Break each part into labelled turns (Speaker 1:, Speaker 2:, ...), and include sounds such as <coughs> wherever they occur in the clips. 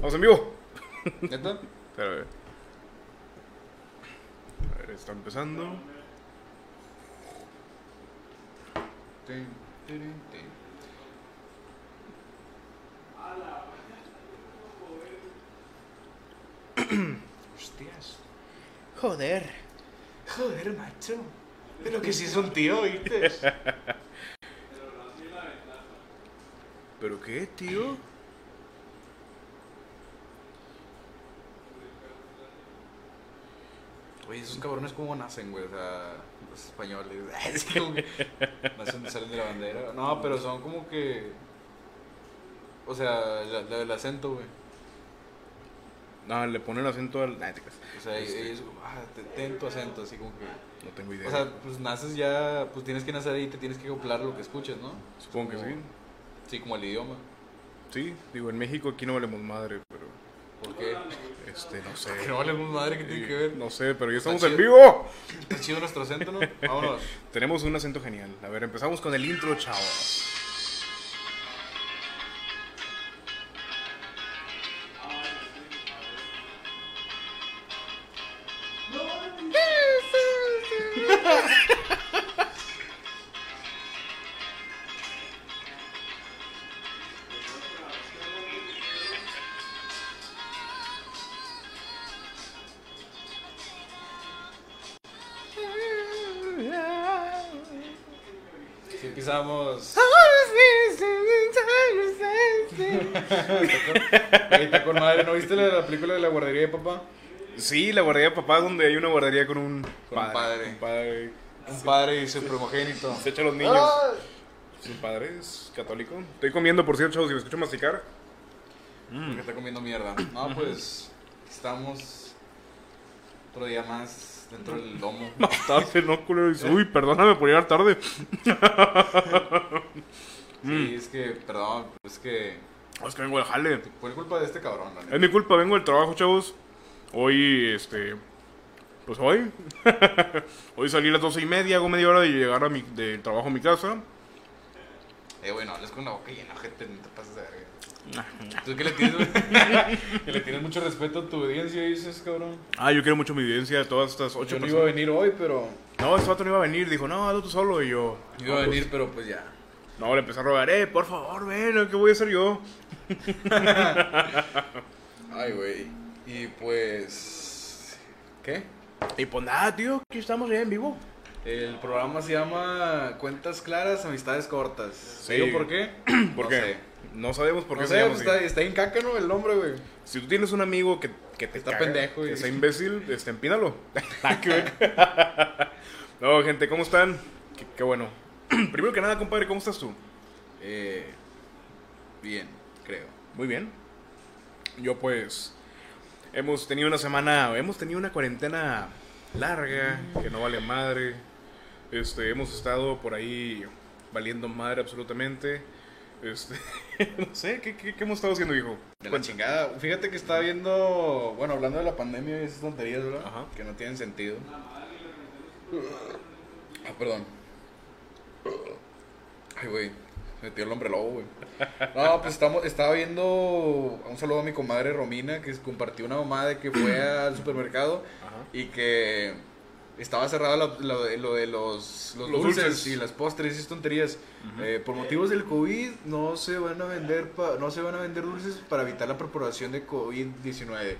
Speaker 1: Vamos en vivo.
Speaker 2: ¿Neta?
Speaker 1: Espera, a ver. A ver, está empezando.
Speaker 2: Tin, tirin, tin. Hostias.
Speaker 3: Joder.
Speaker 2: Joder, macho. Pero que si es un tío, ¿viste?
Speaker 1: ¿Pero qué, tío?
Speaker 2: Oye, esos cabrones cómo nacen, güey. O sea, los españoles. <laughs> Es como que nacen, salen de la bandera. No, pero son como que. O sea, la, la del acento, güey.
Speaker 1: No, Ah, le pone el acento al. Nah, te creas.
Speaker 2: O sea,
Speaker 1: Este,
Speaker 2: ellos, ah, te- ten tu acento, así como que.
Speaker 1: No tengo idea.
Speaker 2: O sea, pues naces ya, pues tienes que nacer ahí y te tienes que acoplar lo que escuchas, ¿no?
Speaker 1: Supongo que sí.
Speaker 2: Sí, como el idioma.
Speaker 1: Sí, digo, en México aquí no valemos madre, pero.
Speaker 2: ¿Por qué?
Speaker 1: Este, no sé.
Speaker 2: Que no vale madre que tiene que ver.
Speaker 1: No sé, pero ya
Speaker 2: Está
Speaker 1: estamos en
Speaker 2: chido.
Speaker 1: vivo.
Speaker 2: Está chido nuestro acento, <laughs> ¿no? Vámonos.
Speaker 1: Tenemos un acento genial. A ver, empezamos con el intro, chao.
Speaker 2: Si empezamos. Ahorita con madre, ¿no viste la, la película de la guardería de papá?
Speaker 1: Sí, la guardería de papá, donde hay una guardería con un
Speaker 2: un padre.
Speaker 1: Un padre.
Speaker 2: Un padre y su primogénito.
Speaker 1: Se echa a los niños.
Speaker 2: Ah.
Speaker 1: Su padre es católico. Estoy comiendo, por cierto, chavos, si me escucho masticar.
Speaker 2: Porque está comiendo mierda. No, pues estamos otro día más dentro del lomo.
Speaker 1: Más tarde, no, culero. Dice, uy, perdóname por llegar tarde.
Speaker 2: Sí, es que, perdón, es que
Speaker 1: Es que vengo al jale.
Speaker 2: fue culpa de este cabrón, la
Speaker 1: Es
Speaker 2: neta.
Speaker 1: mi culpa, vengo del trabajo, chavos. Hoy, este. Pues hoy. <laughs> hoy salí a las doce y media, hago media hora de llegar a mi, del trabajo a mi casa.
Speaker 2: Eh, bueno, hables con la boca llena, gente, no te pases de verga. ¿Tú qué le tienes, güey? que le tienes mucho respeto a tu audiencia, dices, cabrón.
Speaker 1: Ah, yo quiero mucho mi evidencia de todas estas ocho
Speaker 2: Yo no iba a
Speaker 1: personas.
Speaker 2: venir hoy, pero.
Speaker 1: No, ese vato no iba a venir. Dijo, no, hazlo tú solo. Y yo.
Speaker 2: Yo iba a venir, pero pues ya.
Speaker 1: No, le empecé a rogar, eh, por favor, ven, ¿qué voy a hacer yo?
Speaker 2: Ay, güey. Y pues. ¿Qué?
Speaker 1: Y pues nada, tío, aquí estamos ya en vivo.
Speaker 2: El programa se llama Cuentas Claras, Amistades Cortas.
Speaker 1: Sí.
Speaker 2: ¿Te digo por qué?
Speaker 1: ¿Por
Speaker 2: no
Speaker 1: qué?
Speaker 2: Sé.
Speaker 1: No sabemos por
Speaker 2: No
Speaker 1: qué
Speaker 2: sé,
Speaker 1: se llama
Speaker 2: pues,
Speaker 1: así.
Speaker 2: está, está en caca, ¿no? El nombre, güey.
Speaker 1: Si tú tienes un amigo que, que te
Speaker 2: Está
Speaker 1: caga,
Speaker 2: pendejo y-
Speaker 1: que sea imbécil, este,
Speaker 2: <laughs>
Speaker 1: empínalo. Nada que ver. <laughs> no, gente, ¿cómo están? Qué, qué bueno. <clears throat> Primero que nada, compadre, ¿cómo estás tú?
Speaker 2: Eh, bien, creo.
Speaker 1: Muy bien. Yo pues hemos tenido una semana, hemos tenido una cuarentena larga, que no vale madre. Este, hemos estado por ahí valiendo madre absolutamente. Este, <laughs> no sé, ¿qué, qué, qué hemos estado haciendo, hijo?
Speaker 2: De la
Speaker 1: Cuenta.
Speaker 2: chingada. Fíjate que estaba viendo, bueno, hablando de la pandemia y esas tonterías, ¿verdad?
Speaker 1: Ajá.
Speaker 2: Que no tienen sentido. Ah, perdón. Ay, güey. se Metió el hombre lobo, güey. No, pues estamos, estaba viendo. Un saludo a mi comadre Romina, que compartió una mamá de que fue al supermercado
Speaker 1: Ajá.
Speaker 2: y que estaba cerrado la- la- lo, de los, los
Speaker 1: Los
Speaker 2: dulces,
Speaker 1: dulces.
Speaker 2: y las postres y esas tonterías. Eh, por motivos del COVID no se van a vender pa- no se van a vender dulces para evitar la propagación de COVID-19.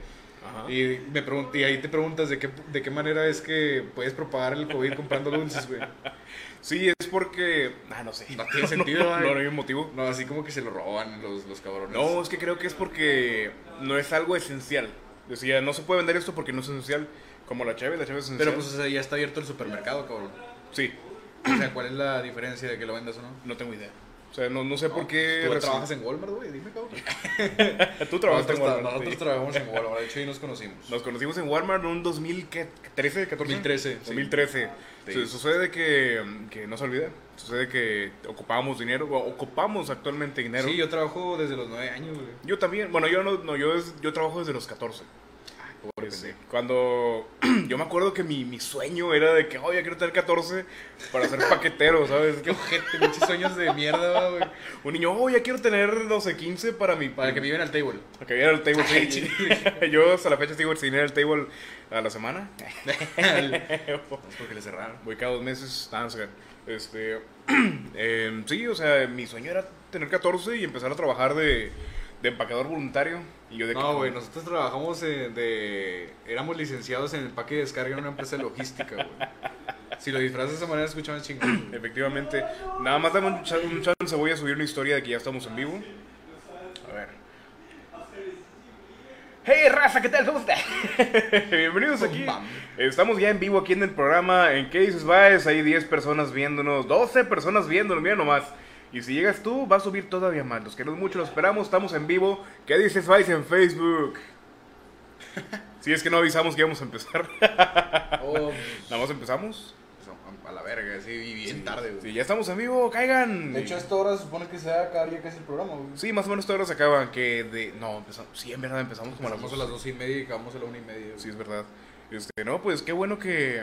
Speaker 1: Ajá.
Speaker 2: Y me pregun- y ahí te preguntas de qué, de qué manera es que puedes propagar el COVID comprando dulces, güey.
Speaker 1: Sí, es porque ah, <laughs> no sé.
Speaker 2: No tiene sentido,
Speaker 1: no,
Speaker 2: ay.
Speaker 1: no, no hay un motivo.
Speaker 2: No, así como que se lo roban los, los cabrones.
Speaker 1: No, es que creo que es porque no es algo esencial. Decía, no se puede vender esto porque no es esencial. Como la chave, la chave es esencial.
Speaker 2: Pero pues o sea, ya está abierto el supermercado, cabrón.
Speaker 1: sí,
Speaker 2: O sea, ¿cuál es la diferencia de que lo vendas o no?
Speaker 1: no tengo idea. O sea, no, no sé por qué.
Speaker 2: pues, ¿Tú
Speaker 1: reci-
Speaker 2: trabajas en Walmart, güey? Dime, cabrón.
Speaker 1: Tú trabajaste
Speaker 2: nosotros,
Speaker 1: en
Speaker 2: tra-
Speaker 1: Walmart.
Speaker 2: nosotros
Speaker 1: sí.
Speaker 2: trabajamos en Walmart, de hecho, ahí nos conocimos.
Speaker 1: Nos conocimos en Walmart en un 2013, 14.
Speaker 2: 2013, sí.
Speaker 1: 2013.
Speaker 2: Sí.
Speaker 1: Su- Sucede que, que no se olvida, sucede que ocupábamos dinero, o ocupamos actualmente dinero.
Speaker 2: Sí,
Speaker 1: yo...
Speaker 2: yo trabajo desde los nueve años, güey.
Speaker 1: también, bueno, yo no, no, yo, es- yo trabajo desde los 14.
Speaker 2: Ah, Pobre
Speaker 1: Sí,
Speaker 2: pendejo.
Speaker 1: Cuando <clears throat> yo me acuerdo que mi, mi sueño era de que, oh, ya quiero tener 14 para ser paquetero, ¿sabes? Qué ojete,
Speaker 2: Pinches sueños de mierda, güey.
Speaker 1: Un niño, oh, ya quiero tener, no sé, 15 para mi...
Speaker 2: Para que me lleven al
Speaker 1: <laughs>
Speaker 2: table.
Speaker 1: Para que viera el table, sí. <laughs> yo hasta la fecha sigo sin ir al table a la semana.
Speaker 2: Es porque le cerraron.
Speaker 1: Voy cada dos meses. Ah, no sé. Este, <clears throat> em, sí, o sea, mi sueño era tener 14 y empezar a trabajar de, de empacador voluntario. Y yo de
Speaker 2: No, güey, nosotros trabajamos en- de... Éramos licenciados en el paquete de descarga en una empresa de logística, güey. Si lo disfrazas de esa manera, escuchamos chingón. güey.
Speaker 1: Efectivamente. Nada más dame un chan- un chance, voy a subir una historia de que ya estamos en vivo. A ver. Hey raza, ¿qué tal? ¿Cómo estás? <laughs> Bienvenidos aquí.
Speaker 2: Bam.
Speaker 1: Estamos ya en vivo aquí en el programa en ¿Qué dices Baez? Hay 10 personas viéndonos, 12 personas viéndonos, mira nomás. Y si llegas tú, va a subir todavía más. Los queremos mucho, los esperamos, estamos en vivo. ¿Qué dices Baez en
Speaker 2: <laughs>
Speaker 1: Facebook? si es que no avisamos que íbamos a empezar. <laughs>
Speaker 2: Oh,
Speaker 1: Nada más empezamos.
Speaker 2: pues, a la verga, sí, y bien tarde, güey.
Speaker 1: Si ya estamos en vivo, caigan.
Speaker 2: De hecho, a esta hora se supone que se da cada día casi el programa, güey.
Speaker 1: Sí, más o menos todas las acaban que de... No, empezamos... Sí, en verdad, empezamos como a las
Speaker 2: Empezamos a las dos y media y acabamos a la una y media. güey.
Speaker 1: Sí, es verdad. Este, no, pues qué bueno que...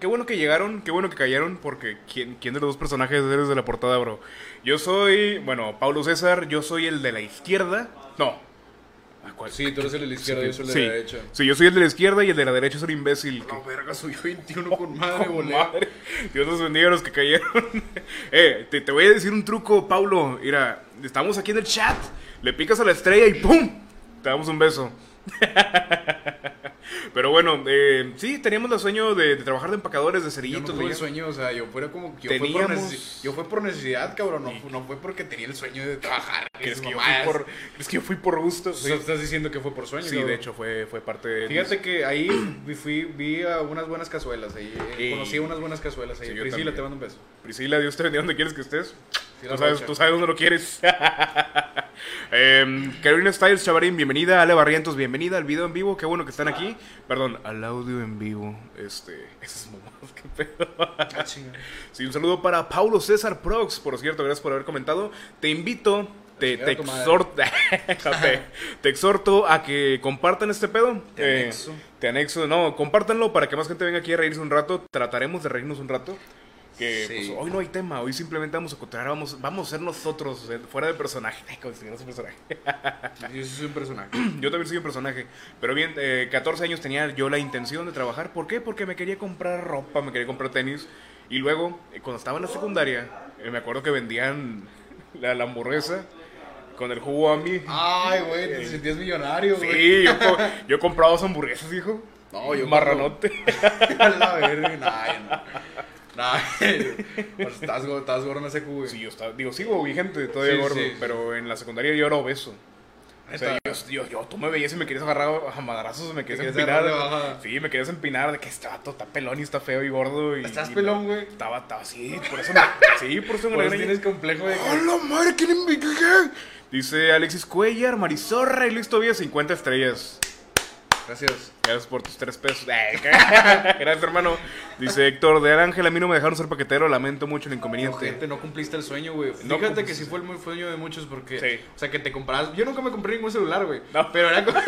Speaker 1: Qué bueno que llegaron, qué bueno que cayeron, porque ¿quién, quién de los dos personajes eres de la portada, bro? Yo soy, bueno, Paulo César, yo soy el de la izquierda. No. ¿A cuál?
Speaker 2: Sí, tú eres el de la izquierda, yo soy el de
Speaker 1: Sí.
Speaker 2: la derecha.
Speaker 1: Sí, yo soy el de la izquierda y el de la derecha es un imbécil. que-
Speaker 2: No, verga, soy 21 con madre,
Speaker 1: Oh,
Speaker 2: bolea.
Speaker 1: madre. Dios los bendiga a los que cayeron. <laughs> eh, te, te voy a decir un truco, Paulo. Mira, estamos aquí en el chat. Le picas a la estrella y ¡pum! Te damos un beso. <laughs> Pero bueno, eh, sí, teníamos el sueño de, de trabajar de empacadores, de
Speaker 2: Yo no
Speaker 1: cerillitos.
Speaker 2: tuve
Speaker 1: güey.
Speaker 2: el sueño, o sea, yo fuera como que yo, fue por,
Speaker 1: Teníamos-
Speaker 2: necesi- yo fue por necesidad, cabrón, no, fu- no fue porque tenía el sueño de trabajar.
Speaker 1: ¿Crees
Speaker 2: esas
Speaker 1: que, yo fui
Speaker 2: mamadas.
Speaker 1: por, crees que yo fui por gusto?
Speaker 2: O
Speaker 1: Sí,
Speaker 2: sea, estás diciendo que fue por sueño.
Speaker 1: Sí,
Speaker 2: cabrón.
Speaker 1: de hecho, fue, fue parte de...
Speaker 2: Fíjate que ahí <clears throat> vi- fui, vi a unas buenas cazuelas ahí. eh,
Speaker 1: Y-
Speaker 2: Conocí a unas buenas cazuelas ahí.
Speaker 1: Sí, yo
Speaker 2: Priscila,
Speaker 1: también.
Speaker 2: te mando un beso.
Speaker 1: Priscila, Dios te bendiga donde quieres que estés.
Speaker 2: Sí, la
Speaker 1: tú, sabes,
Speaker 2: brocha.
Speaker 1: tú sabes dónde lo quieres. <laughs> Em, Carolina Styles, Chavarín, bienvenida. Ale Barrientos, bienvenida al video en vivo. Qué bueno que
Speaker 2: Ah.
Speaker 1: están aquí. Perdón, al audio en vivo. Este, <laughs> esas mamadas, qué pedo.
Speaker 2: Ah, chinga.
Speaker 1: Sí, un saludo para Paulo César Prox. Por cierto, gracias por haber comentado. Te invito, te,
Speaker 2: chingar
Speaker 1: te
Speaker 2: a tu madre.
Speaker 1: exhorto, <laughs> te, te exhorto a que compartan este pedo.
Speaker 2: Te
Speaker 1: Eh,
Speaker 2: anexo.
Speaker 1: te anexo, no, compártanlo para que más gente venga aquí a reírse un rato. Trataremos de reírnos un rato. Que
Speaker 2: Sí.
Speaker 1: pues, hoy no hay tema, hoy simplemente vamos a cotorrear, vamos, vamos a ser nosotros, eh, fuera de personaje. <laughs> Ay, como si fuéramos un personaje.
Speaker 2: Yo soy un personaje.
Speaker 1: Yo también soy un personaje. Pero bien, eh, 14 años tenía yo la intención de trabajar. ¿Por qué? Porque me quería comprar ropa, me quería comprar tenis. Y luego, eh, cuando estaba en la secundaria, eh, me acuerdo que vendían la, la hamburguesa con el jugo a mí.
Speaker 2: Ay, güey, te sentías millonario, Ah, güey.
Speaker 1: sí, yo, co- yo compraba dos hamburguesas, hijo.
Speaker 2: No, yo
Speaker 1: Marranote. <laughs>
Speaker 2: <laughs> A la verga, nah, yo no. Nah, <laughs> pues, estás, go- estás gordo en ese cubo, güey.
Speaker 1: Sí, yo estaba, digo, sigo vigente, todavía
Speaker 2: Sí,
Speaker 1: gordo,
Speaker 2: sí, sí.
Speaker 1: pero en la secundaria yo era obeso. O sea,
Speaker 2: Neta.
Speaker 1: yo, yo, yo- tú me veías y me querías agarrar a madrazos, me querías
Speaker 2: querías agarrar
Speaker 1: empinar.
Speaker 2: de bajada.
Speaker 1: Sí, me querías empinar de que este vato está pelón y está feo y gordo. Y,
Speaker 2: Estás
Speaker 1: y-
Speaker 2: pelón, güey.
Speaker 1: Estaba, estaba, sí, por eso me,
Speaker 2: <laughs>
Speaker 1: sí, por eso me
Speaker 2: Por
Speaker 1: la
Speaker 2: eso tienes <laughs> complejo de que-
Speaker 1: ¡Hola, madre! ¿Quién me qué? Dice Alexis Cuellar, Marizorra y Luis Tobías, 50 estrellas.
Speaker 2: Gracias.
Speaker 1: Gracias por tus tres pesos. Ay, <laughs> Gracias, hermano. Dice Héctor de Ángel, a mí no me dejaron ser paquetero, lamento mucho el inconveniente.
Speaker 2: Gente, no cumpliste el sueño, güey.
Speaker 1: No
Speaker 2: Fíjate que
Speaker 1: cumpliste.
Speaker 2: sí fue el muy sueño de muchos porque.
Speaker 1: Sí.
Speaker 2: O sea, que te comprabas. Yo nunca me compré ningún celular, güey.
Speaker 1: No.
Speaker 2: Pero era como,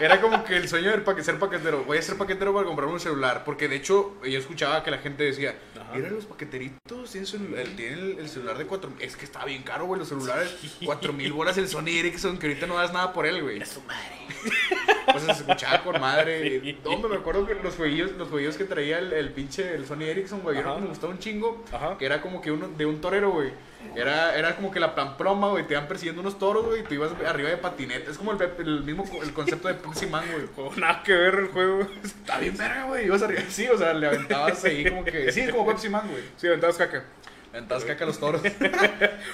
Speaker 2: era como que el sueño de ser paquetero. Voy a ser paquetero para comprarme un celular. Porque de hecho, yo escuchaba que la gente decía: Mira, los paqueteritos tienen, cel- el, tienen el- el celular de 4 Es que está bien caro, güey, los celulares. 4 mil bolas el Sony Ericsson, que ahorita no das nada por él, güey. <laughs> O sea, se escuchaba con madre. No, hombre, me acuerdo que los jueguillos, los jueguillos que traía el, el pinche el Sony Ericsson, güey,
Speaker 1: Ajá.
Speaker 2: yo me gustaba un chingo.
Speaker 1: Ajá.
Speaker 2: Que era como que uno de un torero, güey. Era, era como que la pamploma, güey, te iban persiguiendo unos toros, güey, y tú ibas arriba de patineta. Es como el, el mismo co- el concepto de Puxy Man, güey.
Speaker 1: Nada que ver el juego. <laughs>
Speaker 2: Está bien verga, güey. Ibas arriba. Sí, o sea, le aventabas ahí como que. Sí, como Pepsi Man, güey.
Speaker 1: Sí, aventabas caca.
Speaker 2: Aventabas caca a los <laughs> toros.
Speaker 1: Oye,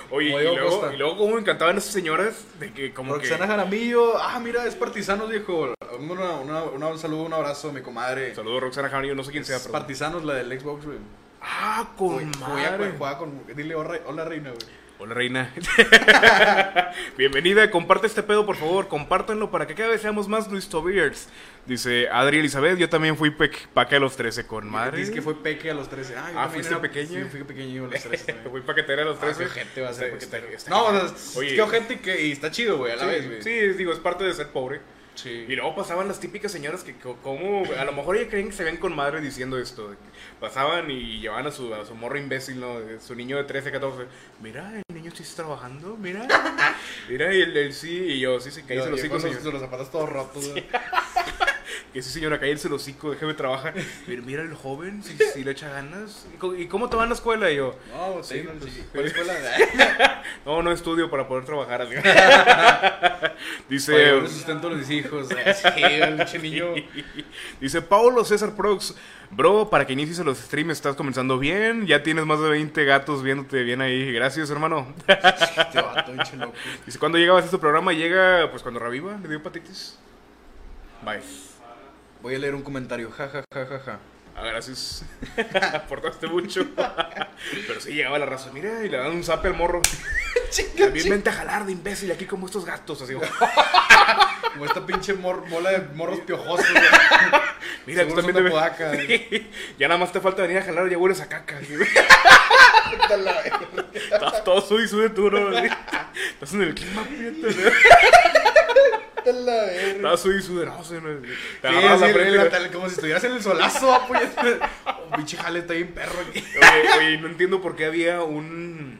Speaker 2: Como
Speaker 1: y
Speaker 2: Diego
Speaker 1: luego,
Speaker 2: Costa.
Speaker 1: y luego cómo me encantaban esas señoras de que como
Speaker 2: Roxana Jaramillo. Ah, mira, es partisanos, viejo. Una- una- una- un saludo, un abrazo a mi comadre.
Speaker 1: que... Saludos Roxana Jaramillo, no sé quién sea,
Speaker 2: Es
Speaker 1: pero...
Speaker 2: partisanos, la del Xbox, güey.
Speaker 1: Ah, con madre.
Speaker 2: Juega con. Dile hola, hola, reina, güey.
Speaker 1: Hola, reina. <laughs> Bienvenida, comparte este pedo, por favor, compártanlo para que cada vez seamos más Luis Tobiers. Dice Adri Elizabeth, yo también fui pec- paca a los 13, con madre.
Speaker 2: Dice que fue peque a los 13. Ah, yo
Speaker 1: Ah,
Speaker 2: también
Speaker 1: ¿fuiste pequeño?
Speaker 2: Sí, fui pequeño a los <laughs> 13.
Speaker 1: Que
Speaker 2: también.
Speaker 1: fui paquetera a los
Speaker 2: Ah, qué
Speaker 1: 13.
Speaker 2: ojete va a ser
Speaker 1: Está-
Speaker 2: paquetero.
Speaker 1: está-
Speaker 2: No, o
Speaker 1: está-
Speaker 2: sea, es- es que ojete y que- y está chido, güey, a la vez, güey.
Speaker 1: Sí, sí, digo, es parte de ser pobre.
Speaker 4: Sí.
Speaker 1: Y luego pasaban las típicas señoras que, co- como, a lo mejor ya creen que se ven con madre diciendo esto. de que Pasaban y llevaban a su, a su morro imbécil, ¿no? De Su niño de 13, 14. Mira, el niño sí está trabajando,
Speaker 4: <laughs>
Speaker 1: mira. Mira, y el, el sí, y yo, sí, sí, cállese
Speaker 4: Yo-
Speaker 1: el
Speaker 4: yo
Speaker 1: hocico,
Speaker 4: con los,
Speaker 1: señor.
Speaker 4: los zapatos todos rotos. güey.
Speaker 1: Que sí, señora, cállese el hocico, déjeme trabajar. Mira, mira el joven, si sí, sí, le echa ganas. ¿Y co- ¿Y cómo te va en la escuela? Y yo,
Speaker 4: No,
Speaker 1: Sí,
Speaker 4: sí, no,
Speaker 1: pues,
Speaker 4: sí.
Speaker 1: sí.
Speaker 4: ¿Cuál escuela?
Speaker 1: no, no estudio para poder trabajar. así. <laughs> Dice...
Speaker 4: Oye, yo sustento a los <laughs> hijos. güey. pues. Sí, el pinche niño.
Speaker 1: <laughs> Dice Paulo César Prox, bro, para que inicies los streams estás comenzando bien, ya tienes más de 20 gatos viéndote bien ahí, gracias hermano. <laughs>
Speaker 4: Este vato, pinche loco.
Speaker 1: Dice, ¿cuándo llegabas a este programa? Llega, pues cuando reviva, le dio hepatitis. Bye.
Speaker 4: Voy a leer un comentario. Ja, ja, ja, ja, ja.
Speaker 1: Ah, gracias. <laughs> Aportaste mucho. <laughs> Pero sí llegaba la raza, mira, y le dan un zape al morro. También vente a jalar de imbécil aquí como estos gatos, así.
Speaker 4: Como esta pinche mor- bola de morros <laughs> piojosos. güey.
Speaker 1: Mira, tú
Speaker 4: Seguro
Speaker 1: también
Speaker 4: son
Speaker 1: te
Speaker 4: de
Speaker 1: ves-
Speaker 4: Podaca.
Speaker 1: <laughs> Ya nada más te falta venir a jalar, ya hueles a caca. así.
Speaker 4: <laughs> Puta la verga.
Speaker 1: Estás todo sube y sube tú, ¿no? Estás en el clima, fíjate.
Speaker 4: Puta la verga.
Speaker 1: Estaba sudi sudoroso, ¿no? Te
Speaker 4: Sí,
Speaker 1: agarras
Speaker 4: así,
Speaker 1: la frente.
Speaker 4: la- tal- como si estuvieras en el solazo, <laughs> pues. Oh, pinche jale, está bien perro. aquí.
Speaker 1: Oye, oye, no entiendo por qué había un.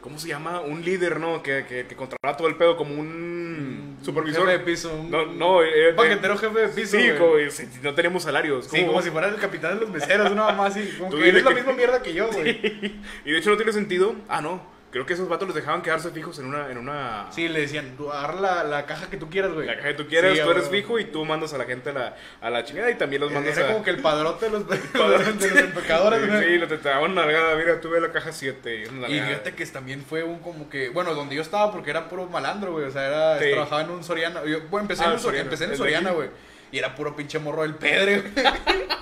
Speaker 1: ¿Cómo se llama? Un líder, ¿no? Que, que, que controlaba todo el pedo como un Mm, supervisor.
Speaker 4: Mm, Jefe de piso. un-
Speaker 1: No, no, eh,
Speaker 4: Un paquetero jefe de piso.
Speaker 1: Sí,
Speaker 4: güey.
Speaker 1: como, eh, si- no tenemos salarios.
Speaker 4: Sí,
Speaker 1: ¿cómo?
Speaker 4: como si fuera el capitán de los meseros, una mamá así.
Speaker 1: <laughs>
Speaker 4: Como
Speaker 1: Tú
Speaker 4: que eres
Speaker 1: dile
Speaker 4: la
Speaker 1: que-
Speaker 4: misma mierda que
Speaker 1: <laughs>
Speaker 4: yo, güey.
Speaker 1: Y de hecho no tiene sentido. Ah, no. Creo que esos vatos los dejaban quedarse fijos en una. En una...
Speaker 4: Sí, le decían, tú agarra la, la caja que tú quieras, güey.
Speaker 1: La caja que tú quieras,
Speaker 4: Sí,
Speaker 1: tú
Speaker 4: güey.
Speaker 1: eres fijo y tú mandas a la gente a la, a la chingada y también los mandas
Speaker 4: Era
Speaker 1: a.
Speaker 4: como que el padrote de los, <laughs> de
Speaker 1: padrote.
Speaker 4: los empacadores, güey.
Speaker 1: Sí, lo te, te daban nalgada. Mira, tuve la caja 7.
Speaker 4: Y fíjate que también fue un como que, bueno, donde yo estaba porque era puro malandro, güey, o sea, era
Speaker 1: Sí.
Speaker 4: trabajaba en un Soriana. Yo bueno, empecé,
Speaker 1: Ah,
Speaker 4: en, un, Sor-
Speaker 1: Soriana,
Speaker 4: empecé en
Speaker 1: el de
Speaker 4: Soriana,
Speaker 1: aquí.
Speaker 4: güey. Y era puro pinche morro del pedre, güey. <laughs>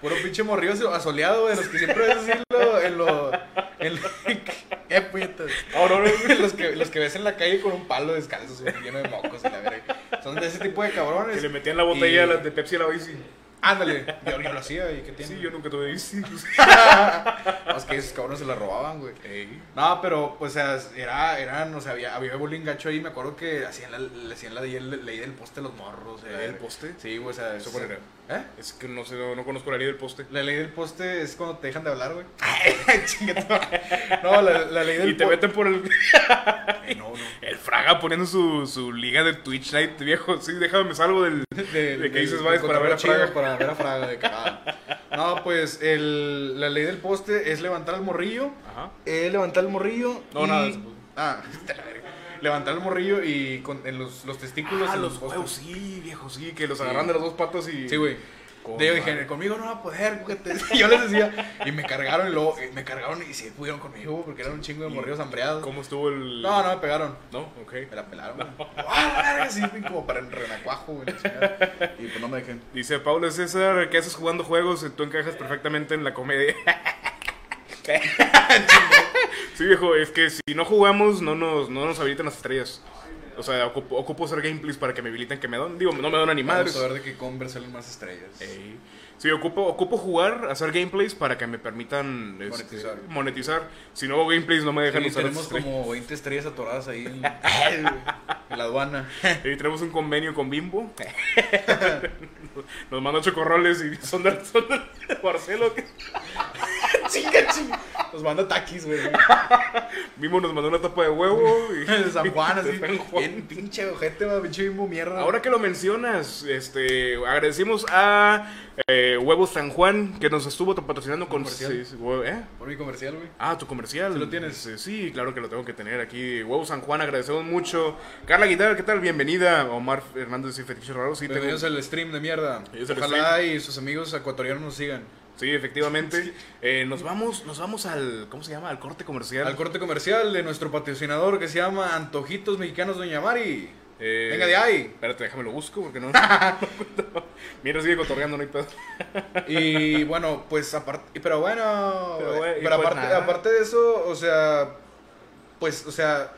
Speaker 4: Puro pinche morrillo aso- asoleado, güey, de los que siempre ves así en lo- en lo en lo- <laughs> eh, puñetas. <laughs>
Speaker 1: Ahora, ahora.
Speaker 4: los que los que ves en la calle con un palo descalzo, güey, lleno de mocos y la verga. Son de ese tipo de cabrones.
Speaker 1: Que le metían la botella
Speaker 4: Y-
Speaker 1: a la de Pepsi a la bici.
Speaker 4: Ándale, yo, yo lo hacía y qué tiene.
Speaker 1: Sí, yo nunca tuve
Speaker 4: <laughs>
Speaker 1: bici.
Speaker 4: Más que esos cabrones se la robaban, güey. No, pero, pues, o sea, era, eran, o sea, había, había bullying gacho ahí. Me acuerdo que hacían la, le hacían la ley, ley del poste a los morros.
Speaker 1: ¿La ley del poste?
Speaker 4: Sí, güey, o sea.
Speaker 1: ¿Eso
Speaker 4: o
Speaker 1: cuál
Speaker 4: sea, ¿Eh?
Speaker 1: Es que no sé, no, no conozco la ley del poste.
Speaker 4: La ley del poste es cuando te dejan de
Speaker 1: <laughs>
Speaker 4: hablar, güey. Chinga tu madre. No, la, la ley del
Speaker 1: Y te
Speaker 4: po-
Speaker 1: meten por el,
Speaker 4: Eh, No, no.
Speaker 1: el Fraga poniendo su, su liga de Twitch Night, viejo. Sí, déjame, me salgo del.
Speaker 4: De,
Speaker 1: ¿De qué
Speaker 4: del-
Speaker 1: dices,
Speaker 4: del
Speaker 1: Vales, para ver a Fraga?
Speaker 4: cotorreo chido, Para ver a Fraga de cagada. No, pues, el, la ley del poste es levantar al morrillo.
Speaker 1: Ajá.
Speaker 4: Eh, levantar el morrillo.
Speaker 1: No,
Speaker 4: y-
Speaker 1: nada, se puso.
Speaker 4: Ah, <laughs> vete a la verga. levantar el morrillo y con, en los, los testículos.
Speaker 1: Ah,
Speaker 4: en
Speaker 1: los
Speaker 4: postes.
Speaker 1: huevos, sí, viejo, sí. Que los
Speaker 4: Sí.
Speaker 1: agarran de las dos patas y.
Speaker 4: Sí, güey.
Speaker 1: Con
Speaker 4: De- Yo
Speaker 1: madre.
Speaker 4: dije, conmigo no va a poder, juguetes. <laughs> Y yo les decía, y me cargaron y luego, eh, me cargaron y sí pudieron conmigo güey, porque eran un chingo de morrillos hambreados.
Speaker 1: ¿Cómo estuvo el.?
Speaker 4: No, no me pegaron.
Speaker 1: No, ok.
Speaker 4: Me la pelaron, güey. <laughs> ¡Ah, la verga! Sí, güey, como para el renacuajo, güey. la chingada. Y pues no me <laughs> dejen.
Speaker 1: Dice Pablo César, ¿qué haces jugando juegos? Tú encajas perfectamente en la comedia. <laughs> sí, viejo, es que si no jugamos, no nos, no nos habilitan las estrellas. O sea, ocupo, ocupo hacer gameplays para que me habiliten que me don. Digo, no me donan ni madres.
Speaker 4: Vamos a ver de qué Converse salen más estrellas.
Speaker 1: Ey. Sí, ocupo, ocupo jugar, hacer gameplays para que me permitan este,
Speaker 4: Monetizar.
Speaker 1: monetizar. Si no hago gameplays, no me dejan
Speaker 4: Sí,
Speaker 1: usar las
Speaker 4: tenemos
Speaker 1: estrellas.
Speaker 4: como 20 estrellas atoradas ahí <laughs> en, en la aduana.
Speaker 1: Y tenemos un convenio con
Speaker 4: <laughs>
Speaker 1: Bimbo. <laughs> Nos mandan chocorroles y son de, son de Barcelona.
Speaker 4: Chinga, chinga. Nos manda taquis, <laughs> güey.
Speaker 1: Mimo nos mandó una tapa de huevo. y-
Speaker 4: <laughs> De San Juan,
Speaker 1: <laughs>
Speaker 4: así.
Speaker 1: De San Juan.
Speaker 4: Bien pinche ojete, va, pinche bimbo mierda.
Speaker 1: Ahora que lo mencionas, este, agradecimos a eh, Huevos San Juan que nos estuvo patrocinando con.
Speaker 4: Comercial.
Speaker 1: sí, sí, hue- ¿eh?
Speaker 4: Por mi comercial, güey.
Speaker 1: Ah, tu comercial.
Speaker 4: ¿Sí lo tienes?
Speaker 1: Sí, sí, claro que lo tengo que tener aquí. Huevos San Juan, agradecemos mucho. Carla Guitar, ¿qué tal? Bienvenida. Omar Hernández y Fetiche Raro. Sí, tengo-
Speaker 4: Bienvenidos al stream de mierda.
Speaker 1: Bienvenidos al
Speaker 4: Ojalá y sus amigos ecuatorianos nos sigan.
Speaker 1: sí
Speaker 4: <laughs>
Speaker 1: efectivamente. Eh, nos vamos, nos vamos al, ¿cómo se llama? Al corte comercial.
Speaker 4: Al corte comercial de nuestro patrocinador que se llama Antojitos Mexicanos Doña Mari.
Speaker 1: Eh,
Speaker 4: Venga de ahí.
Speaker 1: Espérate, déjame lo busco porque
Speaker 4: <laughs>
Speaker 1: no. no Mira, sigue cotorreando, no hay pedo. <laughs>
Speaker 4: Y bueno, pues aparte, pero bueno,
Speaker 1: Pero,
Speaker 4: güey,
Speaker 1: güey, y
Speaker 4: pero
Speaker 1: pues
Speaker 4: aparte,
Speaker 1: nada.
Speaker 4: aparte de eso, o sea, pues, o sea,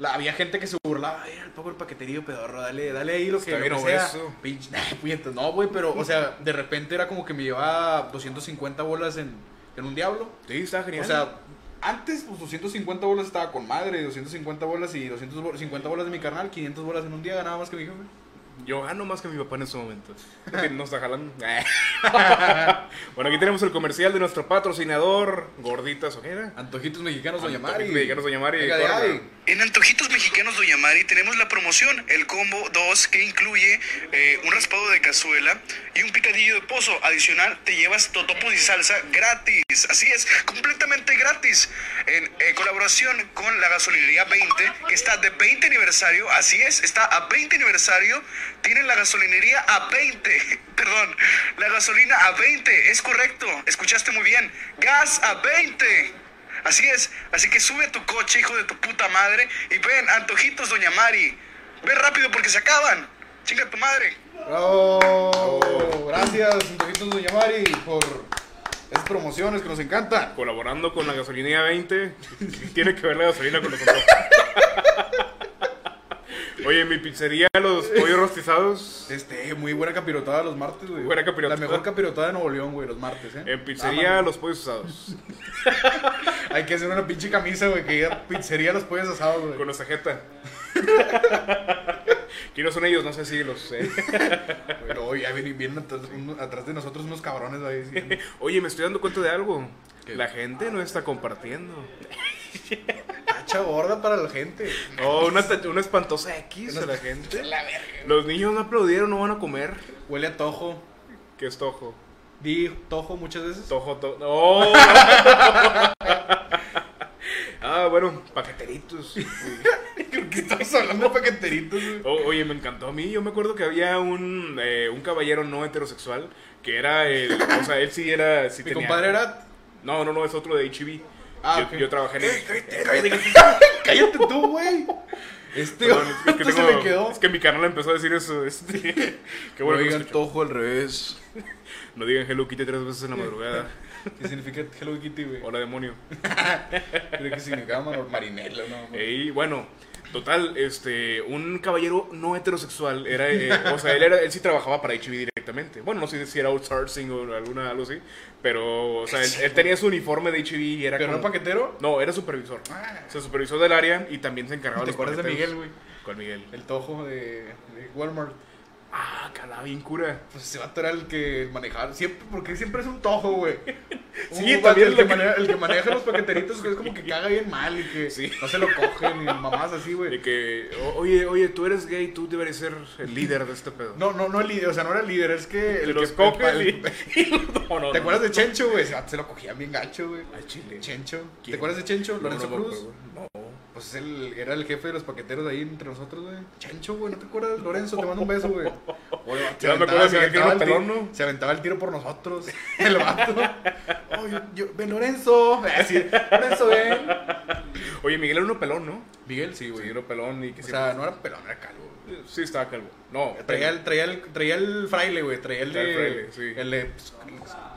Speaker 4: la- había gente que se burlaba, "Ay, el pobre paqueterío pedorro, dale, dale ahí lo que,
Speaker 1: Está
Speaker 4: lo
Speaker 1: bien
Speaker 4: que sea".
Speaker 1: obeso.
Speaker 4: Pinche, <laughs> nah, puñetas, no, güey, pero, o sea, de repente era como que me llevaba 250 bolas en, en un diablo.
Speaker 1: Sí, está genial.
Speaker 4: O sea, antes, pues 250 bolas estaba con madre, 250 bolas y 250 bolas de mi carnal, 500 bolas en un día ganaba más que mi jefe.
Speaker 1: Yo gano más que mi papá en este momento. Porque No está jalando. <laughs> bueno, aquí tenemos el comercial de nuestro patrocinador, Gorditas Ojera.
Speaker 4: Antojitos mexicanos, doña
Speaker 1: Antojitos
Speaker 4: Mari.
Speaker 1: mexicanos, doña Mari,
Speaker 4: Venga de
Speaker 1: corra.
Speaker 4: ahí.
Speaker 3: En Antojitos Mexicanos Doña Mari tenemos la promoción, el combo 2 que incluye eh, un raspado de cazuela y un picadillo de pozo. Adicional, te llevas totopos y salsa gratis. Así es, completamente gratis. En eh, colaboración con la gasolinería 20, que está de 20 aniversario. Así es, está a 20 aniversario. Tienen la gasolinería a 20. <laughs> Perdón, la gasolina a 20. Es correcto, escuchaste muy bien. Gas a 20. Así es, así que sube a tu coche, hijo de tu puta madre, y ven, antojitos, doña Mari. Ven rápido porque se acaban. Chinga tu madre.
Speaker 4: Bravo. Oh, Gracias, Antojitos, doña Mari, por esas promociones que nos encantan.
Speaker 1: Colaborando con la gasolinera 20. Tiene que ver la gasolina con los otros. Oye, en mi pizzería, los pollos rostizados.
Speaker 4: Este, muy buena capirotada los martes, güey.
Speaker 1: Buena capirotada.
Speaker 4: La mejor capirotada de Nuevo León, güey, los martes, ¿eh?
Speaker 1: En pizzería,
Speaker 4: Ah,
Speaker 1: los pollos asados.
Speaker 4: man, Hay que hacer una pinche camisa, güey, que diga pizzería los pollos asados, güey.
Speaker 1: Con nuestra jeta. ¿Quiénes son ellos? No sé si los sé.
Speaker 4: Pero hoy ya vienen, vienen atrás, uno- atrás de nosotros unos cabrones, güey, diciendo.
Speaker 1: Oye, me estoy dando cuenta de algo.
Speaker 4: ¿Qué?
Speaker 1: La gente no está compartiendo.
Speaker 4: Hacha gorda "Ah, para la gente.
Speaker 1: Oh, una, ta- una espantosa X a la gente. Los niños no aplaudieron, no van a comer.
Speaker 4: Huele a tojo.
Speaker 1: ¿Qué es tojo?
Speaker 4: Di tojo muchas veces.
Speaker 1: Tojo, tojo. ¡Oh! <laughs> ah, bueno, paqueteritos.
Speaker 4: Creo que estamos hablando de paqueteritos, güey.
Speaker 1: O- oye, me encantó a mí. Yo me acuerdo que había un, eh, un caballero no heterosexual que era el. O sea, él sí era. Sí
Speaker 4: Mi
Speaker 1: tenía-
Speaker 4: compadre era.
Speaker 1: No, no, no, es otro de HIV.
Speaker 4: Ah,
Speaker 1: yo,
Speaker 4: ok.
Speaker 1: yo trabajé en el.
Speaker 4: Cállate tú, güey. Este,
Speaker 1: Perdón,
Speaker 4: esto
Speaker 1: es que
Speaker 4: se
Speaker 1: tengo-
Speaker 4: me quedó.
Speaker 1: Es que mi canal empezó a decir eso. Este, <laughs> qué bueno que lo escucho.
Speaker 4: tojo al revés.
Speaker 1: No digan hello quite tres veces en
Speaker 4: <laughs>
Speaker 1: la madrugada.
Speaker 4: ¿Qué significa Hello Kitty, güey?
Speaker 1: Hola, demonio.
Speaker 4: Creo que significaba mar- marinela, ¿no?
Speaker 1: Y bueno, total, este, un caballero no heterosexual era, eh, o sea, él, era, él sí trabajaba para HIV directamente. Bueno, no sé si era outsourcing o alguna, algo así, pero, o sea, él, él tenía su uniforme de HIV y era
Speaker 4: ¿Pero no
Speaker 1: como-
Speaker 4: paquetero?
Speaker 1: No, era supervisor.
Speaker 4: Ah.
Speaker 1: O sea, supervisor del área y también se encargaba de
Speaker 4: ¿Te
Speaker 1: los
Speaker 4: acuerdas de
Speaker 1: paqueteros.
Speaker 4: Miguel, güey?
Speaker 1: ¿Cuál Miguel?
Speaker 4: El tojo de, de Walmart.
Speaker 1: Ah, calá, bien cura.
Speaker 4: Pues ese vato era el que manejaba. Siempre, porque siempre es un tojo, güey. Un
Speaker 1: <laughs> Sí,
Speaker 4: vato,
Speaker 1: también
Speaker 4: el que,
Speaker 1: lo que-
Speaker 4: maneja, el que maneja los paqueteritos, que es
Speaker 1: <laughs>
Speaker 4: como que caga bien mal y que
Speaker 1: Sí.
Speaker 4: no se lo cogen y mamás así,
Speaker 1: De
Speaker 4: güey.
Speaker 1: que, o- oye, oye, tú eres gay, tú deberías ser el líder de este pedo.
Speaker 4: No, no, no el líder, o sea, no era el líder, es que el
Speaker 1: el los
Speaker 4: que-
Speaker 1: coges
Speaker 4: el-
Speaker 1: y- y los- Oh, no, no,
Speaker 4: ¿Te
Speaker 1: no.
Speaker 4: acuerdas de Chencho, güey? Ese vato Se lo cogían bien gancho, güey.
Speaker 1: Al chile.
Speaker 4: Chencho. ¿Te
Speaker 1: ¿Quién?
Speaker 4: acuerdas de Chencho?
Speaker 1: No,
Speaker 4: Lorenzo
Speaker 1: no me
Speaker 4: Cruz.
Speaker 1: acuerdo.
Speaker 4: Pues él era el jefe de los paqueteros de ahí entre nosotros, güey. Chencho, güey, ¿no te acuerdas? Lorenzo, te mando un
Speaker 1: <laughs>
Speaker 4: beso, güey. Oye,
Speaker 1: Ya me acuerdo de Miguel
Speaker 4: aventaba el
Speaker 1: Carlos
Speaker 4: tiro-
Speaker 1: Pelón, ¿no?
Speaker 4: se aventaba el tiro por nosotros. <laughs> El vato. Oh, yo, yo- ven, Lorenzo. <laughs> Así, Lorenzo, ven.
Speaker 1: Oye, Miguel era uno pelón, ¿no?
Speaker 4: Miguel, sí, güey.
Speaker 1: era pelón y que
Speaker 4: O
Speaker 1: siempre-
Speaker 4: sea, no era pelón, era calvo. güey.
Speaker 1: Sí, estaba calvo. No,
Speaker 4: Traía el, traía el, traía el fraile, güey. Traía el
Speaker 1: Traía
Speaker 4: de.
Speaker 1: el fraile, sí.
Speaker 4: El de. pues,
Speaker 1: estaba